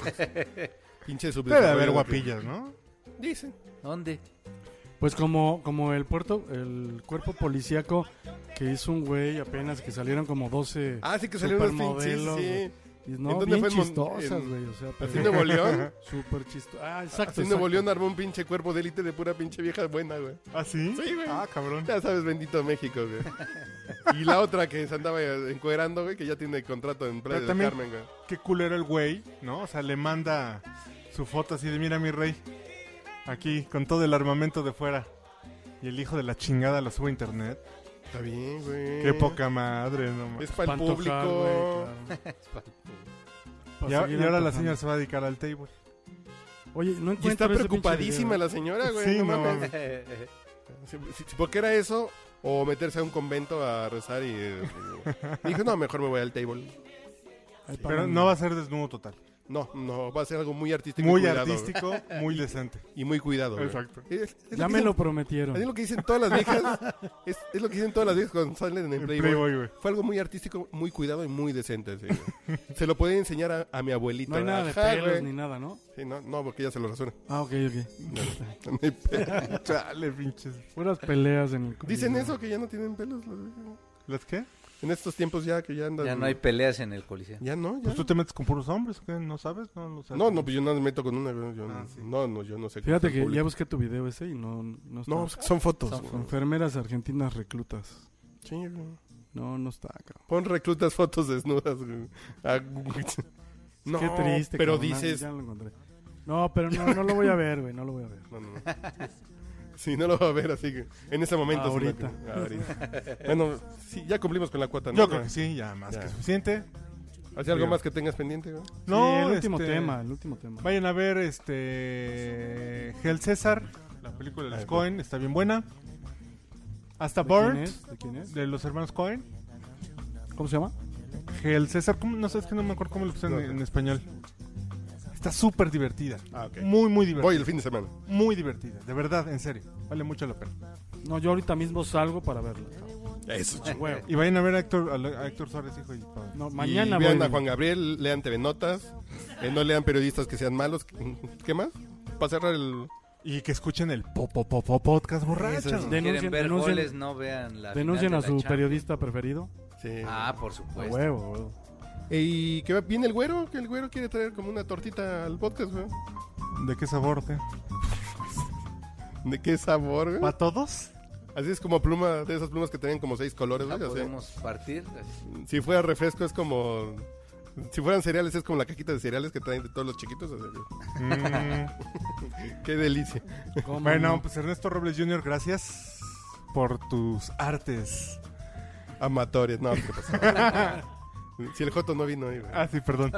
Speaker 1: Pinche
Speaker 2: Debe
Speaker 1: subdesarrollo.
Speaker 2: haber guapillas, ¿no?
Speaker 1: Dicen.
Speaker 4: ¿Dónde?
Speaker 3: Pues como, como el puerto, el cuerpo policíaco que hizo un güey apenas que salieron como 12.
Speaker 1: Ah, sí que salieron las pinches.
Speaker 3: supermodelos,
Speaker 1: Sí,
Speaker 3: güey. Y no,
Speaker 1: dónde
Speaker 3: bien
Speaker 1: fue en Mon-
Speaker 3: chistosas,
Speaker 1: en-
Speaker 3: güey. O sea,
Speaker 1: Así
Speaker 3: pero-
Speaker 1: en Nuevo León.
Speaker 3: Súper chistosas. Ah, exacto.
Speaker 1: Así en
Speaker 3: exacto.
Speaker 1: Nuevo León armó un pinche cuerpo de élite de pura pinche vieja buena, güey.
Speaker 2: ¿Ah, sí?
Speaker 1: Sí, güey.
Speaker 2: Ah, cabrón.
Speaker 1: Ya sabes, bendito México, güey. Y la otra que se andaba encuerando, güey, que ya tiene contrato en Playa
Speaker 2: Pero
Speaker 1: del
Speaker 2: también-
Speaker 1: Carmen, güey.
Speaker 2: Qué culero el güey, ¿no? O sea, le manda su foto así de, mira mi rey, aquí, con todo el armamento de fuera. Y el hijo de la chingada lo sube a internet.
Speaker 1: Está bien, güey.
Speaker 2: Qué poca madre, no mames.
Speaker 1: Es para el
Speaker 3: Pantojar,
Speaker 1: público.
Speaker 3: güey, claro.
Speaker 2: Y,
Speaker 3: Para
Speaker 2: a-
Speaker 3: seguir
Speaker 2: y ahora la
Speaker 3: antojando.
Speaker 2: señora se va a dedicar al table.
Speaker 3: Oye, no
Speaker 1: Y
Speaker 3: encuentro
Speaker 1: está
Speaker 3: ese pinche
Speaker 1: preocupadísima
Speaker 3: video.
Speaker 1: la señora, güey.
Speaker 2: Sí,
Speaker 1: no
Speaker 2: no
Speaker 1: mames.
Speaker 2: mames.
Speaker 1: Sí, sí, sí, Porque era eso, o meterse a un convento a rezar y... eh, Dijo, no, mejor me voy al table.
Speaker 3: Ahí pagan-
Speaker 2: Pero no va a ser desnudo total.
Speaker 1: No, no, va a ser algo muy artístico. y
Speaker 2: Muy
Speaker 1: cuidado, güey.
Speaker 2: artístico, muy decente.
Speaker 1: Y muy cuidado. güey.
Speaker 2: Exacto.
Speaker 1: Es- es lo que
Speaker 3: Ya me lo
Speaker 1: dicen-
Speaker 3: prometieron.
Speaker 1: es lo que dicen todas las viejas. es, es lo que dicen todas las viejas cuando salen en el
Speaker 2: El
Speaker 1: Playboy.
Speaker 2: Playboy, güey.
Speaker 1: Fue algo muy artístico, muy cuidado y muy decente. sí, güey. se lo podía enseñar a, a mi abuelita.
Speaker 3: No hay nada de
Speaker 1: Ajá,
Speaker 3: pelos
Speaker 1: güey.
Speaker 3: ni nada, ¿no?
Speaker 1: Sí, no, no, porque ya se lo razona.
Speaker 3: Ah, ok, ok.
Speaker 1: No hay pelos.
Speaker 2: Chale, pinches.
Speaker 3: Puras peleas en el
Speaker 1: Dicen
Speaker 3: corredor.
Speaker 1: eso que ya no tienen pelos. las viejas.
Speaker 2: ¿Las qué?
Speaker 1: En estos tiempos ya que ya andan.
Speaker 4: Ya no hay peleas en el coliseo.
Speaker 1: Ya no, ya.
Speaker 2: Pues tú te metes con puros hombres, ¿o ¿qué? ¿No sabes? No, lo sabes.
Speaker 1: No, no, pues yo no me meto con una. güey, yo
Speaker 2: Ah,
Speaker 1: no,
Speaker 2: sí.
Speaker 1: no, no, yo no sé. cómo está
Speaker 3: Fíjate
Speaker 1: el
Speaker 3: que ya
Speaker 1: público.
Speaker 3: busqué tu video ese y no, no está.
Speaker 1: No, pues, son fotos.
Speaker 4: Son
Speaker 1: güey.
Speaker 3: Enfermeras argentinas reclutas.
Speaker 1: Sí, güey.
Speaker 3: No, no está, cabrón.
Speaker 1: Pon reclutas fotos desnudas. güey. Ah, güey. No,
Speaker 3: Qué triste.
Speaker 1: pero
Speaker 3: cabrón, ah,
Speaker 1: dices...
Speaker 3: ya lo encontré. No, pero no, no lo voy a ver, güey. No lo voy a ver.
Speaker 1: No, no, no. Sí, no lo va a ver, así que en ese momento.
Speaker 3: Ahorita.
Speaker 1: sí, no, ahorita. Bueno, sí, ya cumplimos con la cuota, ¿no?
Speaker 2: Yo creo que sí, ya más
Speaker 1: Ya.
Speaker 2: que suficiente.
Speaker 1: ¿Hace algo más que tengas pendiente, güey?
Speaker 2: No,
Speaker 3: Sí, el último
Speaker 2: este,
Speaker 3: tema, el último tema.
Speaker 2: Vayan a ver este Hell César, la película de los
Speaker 1: Ah,
Speaker 2: Cohen, está bien buena. Hasta
Speaker 3: ¿De quién
Speaker 2: Burn,
Speaker 3: es? ¿De quién es?
Speaker 2: de los hermanos Cohen.
Speaker 3: ¿Cómo se llama?
Speaker 2: Hell César, ¿cómo? no sé, es que no me acuerdo cómo lo pusieron en, en español. Está súper divertida.
Speaker 1: Ah, ok.
Speaker 2: Muy, muy divertida.
Speaker 1: Voy el fin de semana.
Speaker 2: Muy divertida, de verdad, en serio. Vale mucho la pena.
Speaker 3: No, yo ahorita mismo salgo para verla.
Speaker 1: Eso,
Speaker 2: Ah,
Speaker 3: A huevo.
Speaker 2: Y vayan a ver a Héctor, a- a Héctor Suárez, hijo. Y,
Speaker 1: Mañana
Speaker 3: No, mañana
Speaker 1: y
Speaker 3: voy.
Speaker 1: vean a Juan Gabriel, lean TV Notas, eh, no lean periodistas que sean malos. ¿Qué más? Para cerrar el...
Speaker 2: y que escuchen el po, po, po, po- podcast borracho.
Speaker 3: es-
Speaker 4: Si
Speaker 3: Denuncien-
Speaker 4: quieren ver
Speaker 3: denuncien-
Speaker 4: goles, no vean la
Speaker 3: Denuncian
Speaker 4: final
Speaker 3: a
Speaker 4: de la
Speaker 3: su
Speaker 4: Champions.
Speaker 3: periodista preferido.
Speaker 1: Sí. Eh,
Speaker 4: Ah, por
Speaker 3: A
Speaker 4: supuesto.
Speaker 3: huevo, huevo.
Speaker 1: Y que va- viene el güero, que el güero quiere traer como una tortita al podcast, güey.
Speaker 2: ¿De qué sabor, te?
Speaker 1: ¿De qué sabor, güey?
Speaker 2: ¿Para todos?
Speaker 1: Así es como pluma, de esas plumas que tenían como seis colores,
Speaker 4: Ah,
Speaker 1: güey. así.
Speaker 4: podemos partir.
Speaker 1: Si fuera refresco es como... Si fueran cereales es como la cajita de cereales que traen de todos los chiquitos. así, güey. Qué delicia.
Speaker 3: ¿Cómo
Speaker 2: Mm. Bueno,
Speaker 3: no?
Speaker 2: pues Ernesto Robles Jr., gracias por tus artes.
Speaker 1: Amatorias, no, ¿qué pasó? si el Joto no vino ahí, güey.
Speaker 2: Ah, sí, perdón.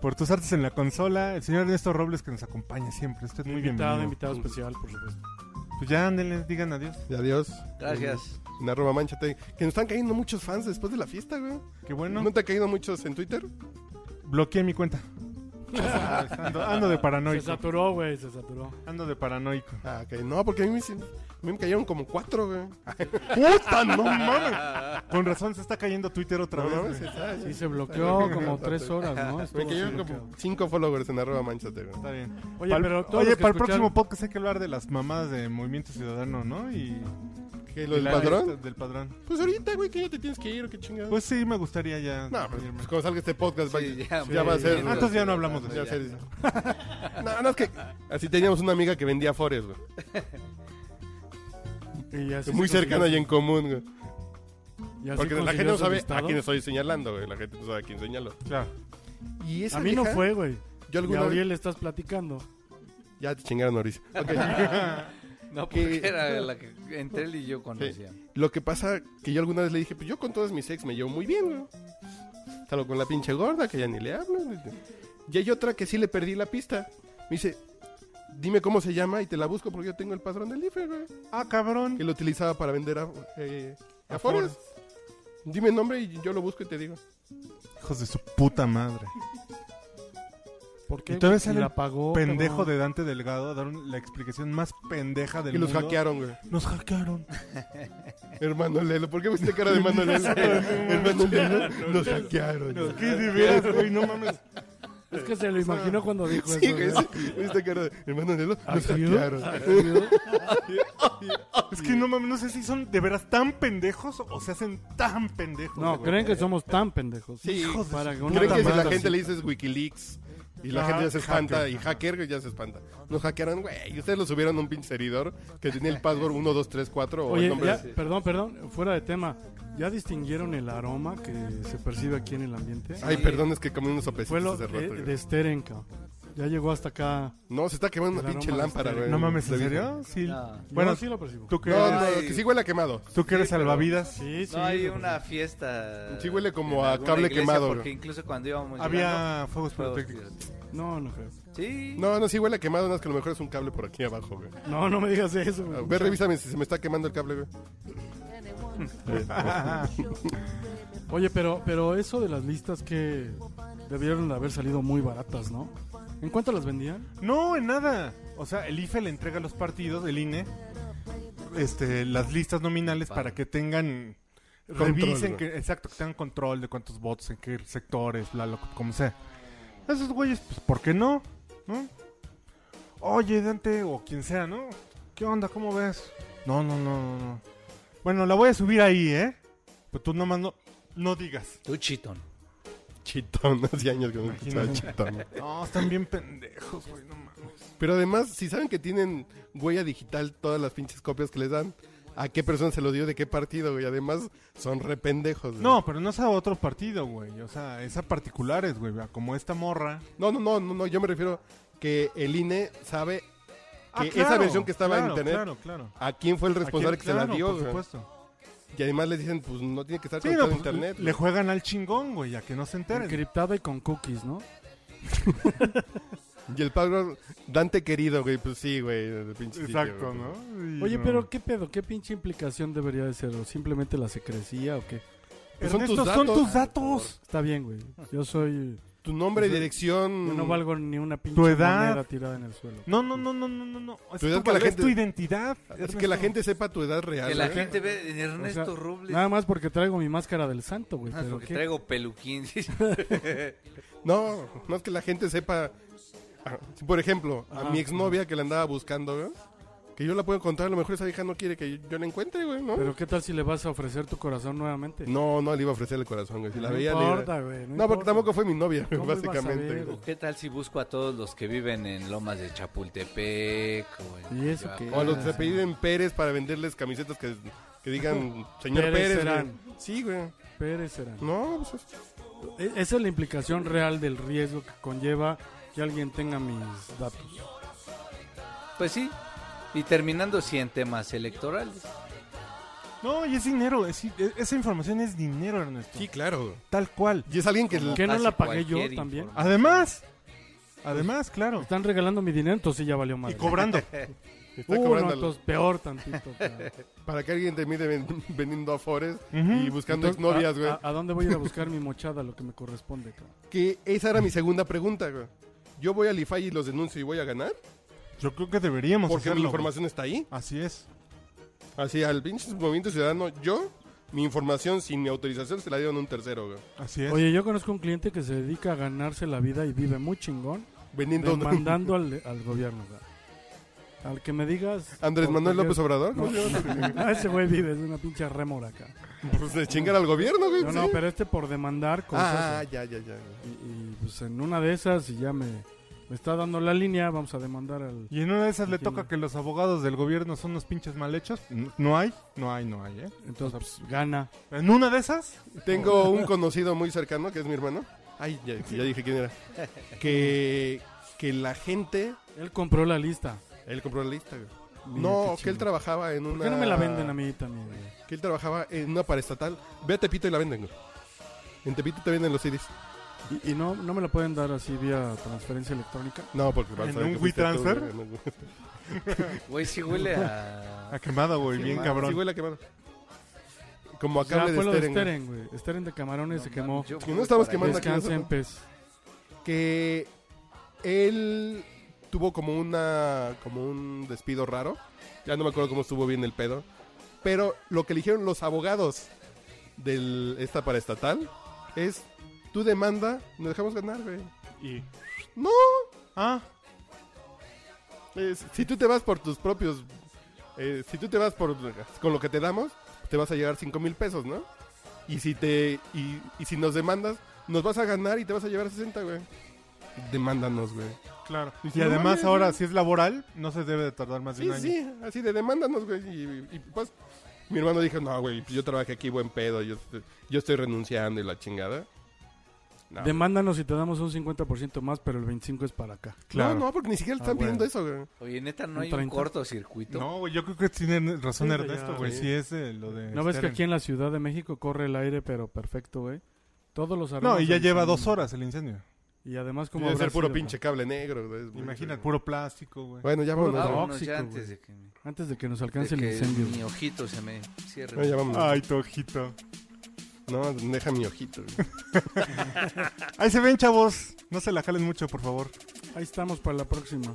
Speaker 2: Por tus artes en la consola. El señor Ernesto Robles que nos acompaña siempre. Usted es muy
Speaker 3: invitado,
Speaker 2: bienvenido.
Speaker 3: invitado especial, por supuesto.
Speaker 2: Pues ya ándenle, digan adiós.
Speaker 1: Y adiós.
Speaker 4: Gracias.
Speaker 1: En arroba manchate. Que nos están cayendo muchos fans después de la fiesta, güey.
Speaker 2: Qué bueno.
Speaker 1: ¿No te ha caído muchos en Twitter?
Speaker 2: Bloqueé mi cuenta. ando, ando de
Speaker 3: Se
Speaker 2: paranoico.
Speaker 3: saturó, güey, se saturó.
Speaker 2: Ando de paranoico.
Speaker 1: Ah, ok. No, porque a mí me, hicieron- a mí me cayeron como cuatro, güey.
Speaker 2: ¡Puta, no mames! Oh, Con razón se está cayendo Twitter otra
Speaker 1: No,
Speaker 2: vez.
Speaker 1: no,
Speaker 2: güey.
Speaker 1: se está-
Speaker 3: Sí, se bloqueó como tres horas, ¿no?
Speaker 1: Me
Speaker 3: Estuvo así
Speaker 1: cayeron
Speaker 3: bloqueado.
Speaker 1: como cinco followers en arroba manchate, güey.
Speaker 2: Está bien.
Speaker 3: Oye,
Speaker 2: Pa'l-
Speaker 3: pero todos
Speaker 2: oye,
Speaker 3: los que
Speaker 2: para el
Speaker 3: escucharon-
Speaker 2: próximo podcast hay que hablar de las mamadas de Movimiento Ciudadano, ¿no? Y
Speaker 1: ¿Qué, lo
Speaker 2: y
Speaker 1: del
Speaker 2: la-
Speaker 1: padrón?
Speaker 2: Del padrón.
Speaker 1: Pues ahorita, güey, que ya te tienes que ir o qué chingado.
Speaker 2: Pues sí, me gustaría ya.
Speaker 1: no, pues,
Speaker 2: irme.
Speaker 1: pues cuando salga este podcast va-
Speaker 4: Sí,
Speaker 1: ya,
Speaker 4: sí,
Speaker 1: va a ser...
Speaker 2: Ah, entonces ya no hablamos de
Speaker 1: Ya
Speaker 4: ya.
Speaker 1: se dice. No, no es que así teníamos una amiga que vendía Forest, güey.
Speaker 3: Y así
Speaker 1: Muy
Speaker 3: se
Speaker 1: cercana y en común, güey.
Speaker 3: consiguió- y
Speaker 1: Porque la
Speaker 3: así consiguió
Speaker 1: gente no
Speaker 3: su
Speaker 1: sabe
Speaker 3: listado.
Speaker 1: a quién estoy señalando, güey. La gente no sabe a quién señalo.
Speaker 2: Claro.
Speaker 1: Y esa
Speaker 3: A mí no
Speaker 1: vieja-
Speaker 3: fue, güey.
Speaker 1: Yo
Speaker 3: Y a
Speaker 1: alguna vez-
Speaker 3: Uriel le estás platicando.
Speaker 1: Ya te chingaron, Mauricio. Ok.
Speaker 4: No, porque
Speaker 1: Que-
Speaker 4: era la que entre él y yo conocíamos.
Speaker 1: Lo que pasa que yo alguna vez le dije, pues yo con todas mis ex me llevo muy bien, güey. Salvo con la pinche gorda, que ya ni le hablo. Y hay otra que sí le perdí la pista. Me dice, dime cómo se llama y te la busco porque yo tengo el patrón del IFE, güey.
Speaker 2: Ah, cabrón.
Speaker 1: Que lo utilizaba para vender a, eh, a
Speaker 2: Afores.
Speaker 1: Forest. Dime el nombre y yo lo busco y te digo.
Speaker 2: Hijos de su puta madre.
Speaker 3: ¿Por qué?
Speaker 2: Y todavía
Speaker 3: güey?
Speaker 2: sale
Speaker 3: la
Speaker 2: el
Speaker 3: apagó.
Speaker 2: Pendejo
Speaker 3: Oh, cabrón.
Speaker 2: de Dante Delgado a dar un- la explicación más pendeja del
Speaker 1: Y los
Speaker 2: mundo.
Speaker 1: hackearon, güey.
Speaker 2: Nos hackearon.
Speaker 1: Hermano Lelo, ¿por qué viste cara de Hermano Lelo? Hermano Lelo, nos hackearon.
Speaker 2: ¿Qué de veras, güey? No mames.
Speaker 3: Es que se lo imaginó cuando dijo
Speaker 1: Sí,
Speaker 3: eso.
Speaker 1: güey,
Speaker 3: ¿verdad?
Speaker 1: sí. Esta cara de, hermano Nelo,
Speaker 3: ¿Ah,
Speaker 1: lo
Speaker 3: sí?
Speaker 1: saquearon.
Speaker 3: ¿Ah, sí?
Speaker 2: Es que no mames, no sé si son de veras tan pendejos o se hacen tan pendejos.
Speaker 3: No,
Speaker 2: güey.
Speaker 3: creen que somos tan pendejos.
Speaker 1: Sí. Hijos
Speaker 2: de
Speaker 3: para que una
Speaker 1: Creen que si la
Speaker 3: banda
Speaker 1: gente
Speaker 3: así-
Speaker 1: le dices Wikileaks y la
Speaker 2: Ah,
Speaker 1: gente ya se espanta
Speaker 2: hacker.
Speaker 1: y hacker güey, ya se espanta. Nos hackearon, güey. Y ustedes lo subieron a un pinche servidor que tenía el password 1234 o el
Speaker 3: Oye,
Speaker 1: nombre
Speaker 3: ya,
Speaker 1: de-
Speaker 3: perdón, perdón, fuera de tema. ¿Ya distinguieron el aroma que se percibe aquí en el ambiente?
Speaker 1: Ay, perdón, es que comí unos
Speaker 3: Fue
Speaker 1: sopecitos
Speaker 3: lo
Speaker 1: hace rato.
Speaker 3: de,
Speaker 1: güey.
Speaker 3: de Sterenka. Ya llegó hasta acá.
Speaker 1: No, se está quemando
Speaker 3: El
Speaker 1: una pinche
Speaker 3: aroma de
Speaker 1: lámpara,
Speaker 3: estéreo.
Speaker 1: güey.
Speaker 2: No mames, ¿en
Speaker 1: Le dije.
Speaker 2: serio? Sí.
Speaker 4: No.
Speaker 2: Bueno,
Speaker 3: Yo sí lo percibo.
Speaker 2: tú que,
Speaker 1: No, no,
Speaker 4: Ay.
Speaker 1: que sí huele a quemado.
Speaker 2: tú que eres
Speaker 4: pero-
Speaker 2: salvavidas.
Speaker 3: Sí, sí.
Speaker 4: No hay
Speaker 3: lo
Speaker 4: una
Speaker 3: percibo.
Speaker 4: fiesta.
Speaker 1: Sí huele como
Speaker 4: en
Speaker 1: a
Speaker 4: alguna
Speaker 1: cable
Speaker 4: iglesia,
Speaker 1: quemado,
Speaker 4: Porque
Speaker 1: güey.
Speaker 4: incluso cuando íbamos llegando,
Speaker 2: Había fuegos
Speaker 4: fuegos
Speaker 2: pirotécnicos.
Speaker 4: pirotécnicos.
Speaker 3: No, no creo.
Speaker 4: Sí.
Speaker 1: No, no, sí huele a quemado, no es que a lo mejor es un cable por aquí abajo, güey.
Speaker 3: No, no me digas eso.
Speaker 2: Ah,
Speaker 3: güey.
Speaker 1: A ver, revísame si se me está quemando el cable, güey.
Speaker 2: Ah,
Speaker 3: Oye, pero, pero eso de las listas que debieron de haber salido muy baratas, ¿no? ¿En cuánto las vendían?
Speaker 2: No, en nada. O sea, el IFE le entrega a los partidos, el INE, este, las listas nominales para que tengan.
Speaker 1: Control,
Speaker 2: revisen,
Speaker 1: ¿no?
Speaker 2: que, exacto, que tengan control de cuántos votos, en qué sectores, bla, bla, como sea. Esos güeyes, pues, ¿por qué no? ¿No? Oye, Dante, o quien sea, ¿no? ¿Qué onda? ¿Cómo ves? No, no, no, no, no. Bueno, la voy a subir ahí, ¿eh? Pero tú nomás no, no digas.
Speaker 4: Tú chitón.
Speaker 1: Chitón, hace años que no escuchaba
Speaker 2: Imagínate.
Speaker 1: chitón.
Speaker 2: No, están bien pendejos, güey, no mames.
Speaker 1: Pero además, si saben que tienen huella digital todas las pinches copias que les dan, ¿a qué persona se lo dio de qué partido, güey? Además, son rependejos.
Speaker 2: No, pero no es a otro partido, güey. O sea, es a particulares, güey. vea, Como esta morra.
Speaker 1: No, no, no, no, no, yo me refiero que el INE sabe
Speaker 2: Ah,
Speaker 1: Que esa versión que estaba en
Speaker 2: claro,
Speaker 1: internet,
Speaker 2: Claro, claro.
Speaker 1: a quién fue el responsable
Speaker 2: Aquí-
Speaker 1: que se
Speaker 2: claro,
Speaker 1: la dio,
Speaker 2: Por
Speaker 1: güey.
Speaker 2: supuesto.
Speaker 1: Y además les dicen, pues no tiene que estar
Speaker 2: Sí,
Speaker 1: conectado
Speaker 2: no,
Speaker 1: a
Speaker 2: pues,
Speaker 1: internet.
Speaker 2: le juegan al chingón, güey, a que no se enteren.
Speaker 3: Encriptada y con cookies, ¿no?
Speaker 1: Y el Pablo, Dante querido, güey, pues sí, güey. el pinche sitio,
Speaker 2: Exacto,
Speaker 1: güey.
Speaker 2: ¿no? Y
Speaker 3: Oye,
Speaker 2: no.
Speaker 3: pero ¿qué pedo? ¿Qué pinche implicación debería de ser? ¿O simplemente la secrecía o qué?
Speaker 1: Pues son
Speaker 2: Ernesto,
Speaker 1: tus
Speaker 2: son
Speaker 1: datos.
Speaker 2: tus datos.
Speaker 3: Está bien, güey. Yo soy...
Speaker 1: Tu nombre,
Speaker 3: Pues,
Speaker 1: dirección.
Speaker 3: Yo no valgo ni una pinche
Speaker 2: Mm. Tu edad.
Speaker 3: moneda tirada en el suelo.
Speaker 2: No, no, no, no, no, no, no. Es
Speaker 1: Tu
Speaker 2: tu,
Speaker 1: edad que la
Speaker 2: es
Speaker 1: gente-
Speaker 2: tu identidad.
Speaker 1: Es que la
Speaker 2: Ernesto.
Speaker 1: gente sepa tu edad real. ¿eh?
Speaker 4: Que la
Speaker 1: güey.
Speaker 4: gente ve en
Speaker 3: O
Speaker 4: Ernesto
Speaker 3: sea,
Speaker 4: Robles.
Speaker 3: Nada más porque traigo mi máscara del santo, güey.
Speaker 4: Ah,
Speaker 3: pero
Speaker 4: porque
Speaker 3: ¿qué?
Speaker 4: traigo peluquín. sí.
Speaker 1: No, no es que la gente sepa. Ah, si, Por ejemplo, a
Speaker 3: Ajá.
Speaker 1: mi exnovia que la andaba buscando, güey, que yo la puedo encontrar, a lo mejor esa vieja no quiere que yo la encuentre, güey, ¿no?
Speaker 3: Pero ¿qué tal si le vas a ofrecer tu corazón nuevamente?
Speaker 1: No, no le iba a ofrecer el corazón, güey. Si la
Speaker 3: No
Speaker 1: veía, le iba-
Speaker 3: importa, güey. No,
Speaker 1: No,
Speaker 3: importa.
Speaker 1: porque tampoco fue mi novia, güey,
Speaker 3: ¿Cómo ibas a
Speaker 1: básicamente.
Speaker 3: ver,
Speaker 1: güey.
Speaker 4: ¿O ¿Qué tal si busco a todos los que viven en Lomas de Chapultepec? O en
Speaker 3: ¿Y eso qué?
Speaker 1: O a los que se
Speaker 3: Ah.
Speaker 1: piden Pérez para venderles camisetas que, que digan señor
Speaker 3: Pérez
Speaker 1: Pérez.
Speaker 3: Serán.
Speaker 1: güey. Sí, güey.
Speaker 3: Pérez será.
Speaker 1: No, pues es-
Speaker 3: E- Esa es la implicación real del riesgo que conlleva que alguien tenga mis datos.
Speaker 4: Pues sí. Y terminando, sí, en temas electorales.
Speaker 2: No, y es dinero. es- es- esa información es dinero, Ernesto.
Speaker 1: sí, claro. güey.
Speaker 2: Tal cual.
Speaker 1: Y es alguien que.
Speaker 4: Como
Speaker 3: ¿Qué no
Speaker 4: casi
Speaker 3: la pagué yo
Speaker 4: cualquier
Speaker 3: también?
Speaker 4: informe.
Speaker 2: Además. Además, claro.
Speaker 3: Están regalando mi dinero, entonces ya valió
Speaker 2: Y
Speaker 3: madre.
Speaker 2: cobrando.
Speaker 1: Está
Speaker 3: Uh,
Speaker 1: cobrando
Speaker 3: no, entonces peor tantito. cabrón.
Speaker 1: para que alguien te mire ven- vendiendo afores
Speaker 2: Ujú.
Speaker 1: y buscando
Speaker 3: Entonces, ah,
Speaker 1: exnovias,
Speaker 3: ¿a-
Speaker 1: güey.
Speaker 3: ¿a, a dónde voy a ir a buscar mi mochada, lo que me corresponde? cabrón?
Speaker 1: Que esa era mi segunda pregunta, güey. Yo voy al IFAI y los denuncio y voy a ganar
Speaker 2: Yo creo que deberíamos
Speaker 1: porque mi
Speaker 2: hacerlo, güey.
Speaker 1: información está ahí.
Speaker 2: Así es.
Speaker 1: Así, al pinche movimiento ciudadano, yo, mi información sin mi autorización se la dieron a un tercero, güey.
Speaker 2: Así es.
Speaker 3: Oye, yo conozco un cliente que se dedica a ganarse la vida y vive muy chingón
Speaker 1: Vendiendo.
Speaker 3: demandando al, al gobierno. güey. Al que me digas...
Speaker 1: Andrés
Speaker 3: por
Speaker 1: Manuel López
Speaker 3: cualquier-
Speaker 1: Obrador, ¿cómo
Speaker 3: No.
Speaker 1: se llama?
Speaker 3: Ah, ese güey vive, es una pinche rémora acá.
Speaker 1: Pues de chingar al gobierno, güey.
Speaker 3: No, no,
Speaker 1: sí.
Speaker 3: pero este por demandar cosas.
Speaker 1: Ah,
Speaker 3: güey.
Speaker 1: ya, ya, ya. ya.
Speaker 3: Y, y, pues en una de esas, si ya me, me está dando la línea, vamos a demandar al...
Speaker 2: Y en una de esas le
Speaker 3: Entiendo.
Speaker 2: toca que los abogados del gobierno son unos pinches mal hechos. N- No hay, no hay, no hay, ¿eh?
Speaker 3: Entonces, pues, gana.
Speaker 2: En una de esas,
Speaker 1: Tengo un conocido muy cercano, que es mi hermano. Ay, ya, ya dije quién era. Que, que la gente...
Speaker 3: Él compró la lista.
Speaker 1: Él compró la lista, güey.
Speaker 3: Mira,
Speaker 1: No,
Speaker 3: qué
Speaker 1: que él
Speaker 3: chido.
Speaker 1: trabajaba en una...
Speaker 3: ¿Por qué no me la venden a mí también? güey?
Speaker 1: Que él trabajaba en una paraestatal. Ve a Tepito y la venden, güey. En Tepito te venden los CDs.
Speaker 3: Y, y no, no me la pueden dar así vía transferencia electrónica.
Speaker 1: No, porque vas a
Speaker 2: ¿En
Speaker 1: ver
Speaker 2: un
Speaker 1: que fuiste tú,
Speaker 2: WeTransfer?
Speaker 1: güey.
Speaker 4: Güey, sí huele a...
Speaker 2: a quemada, güey,
Speaker 4: Qué
Speaker 2: bien
Speaker 4: mal.
Speaker 1: Sí,
Speaker 2: cabrón.
Speaker 1: güey, la quemaron. Como a
Speaker 3: O sea,
Speaker 1: cable
Speaker 3: fue lo
Speaker 1: de
Speaker 3: de
Speaker 1: Steren. güey.
Speaker 3: Steren, güey. Steren de Camarones se
Speaker 4: No,
Speaker 3: quemó.
Speaker 4: yo
Speaker 1: Si
Speaker 4: voy
Speaker 1: no estamos
Speaker 4: para
Speaker 1: quemando
Speaker 4: allá.
Speaker 1: aquí,
Speaker 3: Descansa en
Speaker 1: nosotros.
Speaker 3: pez.
Speaker 1: que él tuvo como una como un despido raro. Ya no me acuerdo cómo estuvo bien el pedo, pero lo que eligieron los abogados de esta paraestatal es tu demanda, nos dejamos ganar, güey.
Speaker 2: Y.
Speaker 1: No.
Speaker 2: Ah,
Speaker 1: Es- Eh, si tú te vas por tus propios... eh, si tú te vas por con lo que te damos, te vas a llevar 5 mil pesos, ¿no? Y si te y, y si nos demandas, nos vas a ganar y te vas a llevar 60, güey. Demándanos, güey.
Speaker 2: claro.
Speaker 1: Y si
Speaker 2: Y
Speaker 1: no
Speaker 2: además
Speaker 1: mames,
Speaker 2: ahora,
Speaker 1: güey.
Speaker 2: si es laboral, no se debe de tardar más de
Speaker 1: Sí,
Speaker 2: un año.
Speaker 1: sí, así de demándanos, güey. Y, y, pues, mi hermano dijo, no, güey, pues yo trabajé aquí buen pedo, yo, yo estoy renunciando y la chingada. No,
Speaker 3: Demándanos y te damos un 50% más, pero el 25% es para acá.
Speaker 2: Claro.
Speaker 1: no, no, porque ni siquiera
Speaker 3: Ah,
Speaker 1: están
Speaker 3: bueno.
Speaker 1: pidiendo eso, güey.
Speaker 4: Oye, neta, ¿no
Speaker 3: ¿Un
Speaker 4: hay
Speaker 3: 30?
Speaker 4: un cortocircuito?
Speaker 2: No, güey, yo creo que tiene razón
Speaker 3: Sí,
Speaker 2: Ernesto,
Speaker 3: ya,
Speaker 2: güey.
Speaker 1: sí.
Speaker 2: Sí, es eh, lo de.
Speaker 3: ¿No ves que
Speaker 2: Steren.
Speaker 3: aquí en la Ciudad de México corre el aire, pero perfecto, güey? Todos los
Speaker 2: No,
Speaker 3: aromas
Speaker 2: y ya
Speaker 3: del
Speaker 2: lleva
Speaker 3: incendio.
Speaker 2: dos horas el incendio.
Speaker 3: Y además, como.
Speaker 1: Debe
Speaker 3: habrá
Speaker 1: ser puro
Speaker 3: sido,
Speaker 1: pinche cable negro, güey.
Speaker 2: Imagina, puro plástico, güey.
Speaker 1: Bueno, ya vámonos,
Speaker 4: Ah,
Speaker 1: güey.
Speaker 4: vámonos
Speaker 3: Tóxico,
Speaker 4: ya antes
Speaker 3: güey.
Speaker 4: de que, me-
Speaker 3: güey? Antes de que nos
Speaker 4: de
Speaker 3: alcance el
Speaker 4: que
Speaker 3: incendio.
Speaker 4: mi ojito se me cierre.
Speaker 1: Bueno, ya vámonos.
Speaker 2: Ay, tu ojito.
Speaker 1: No, deja mi ojito, güey.
Speaker 2: Ahí se ven, chavos. No se la jalen mucho, por favor.
Speaker 3: Ahí estamos para la próxima.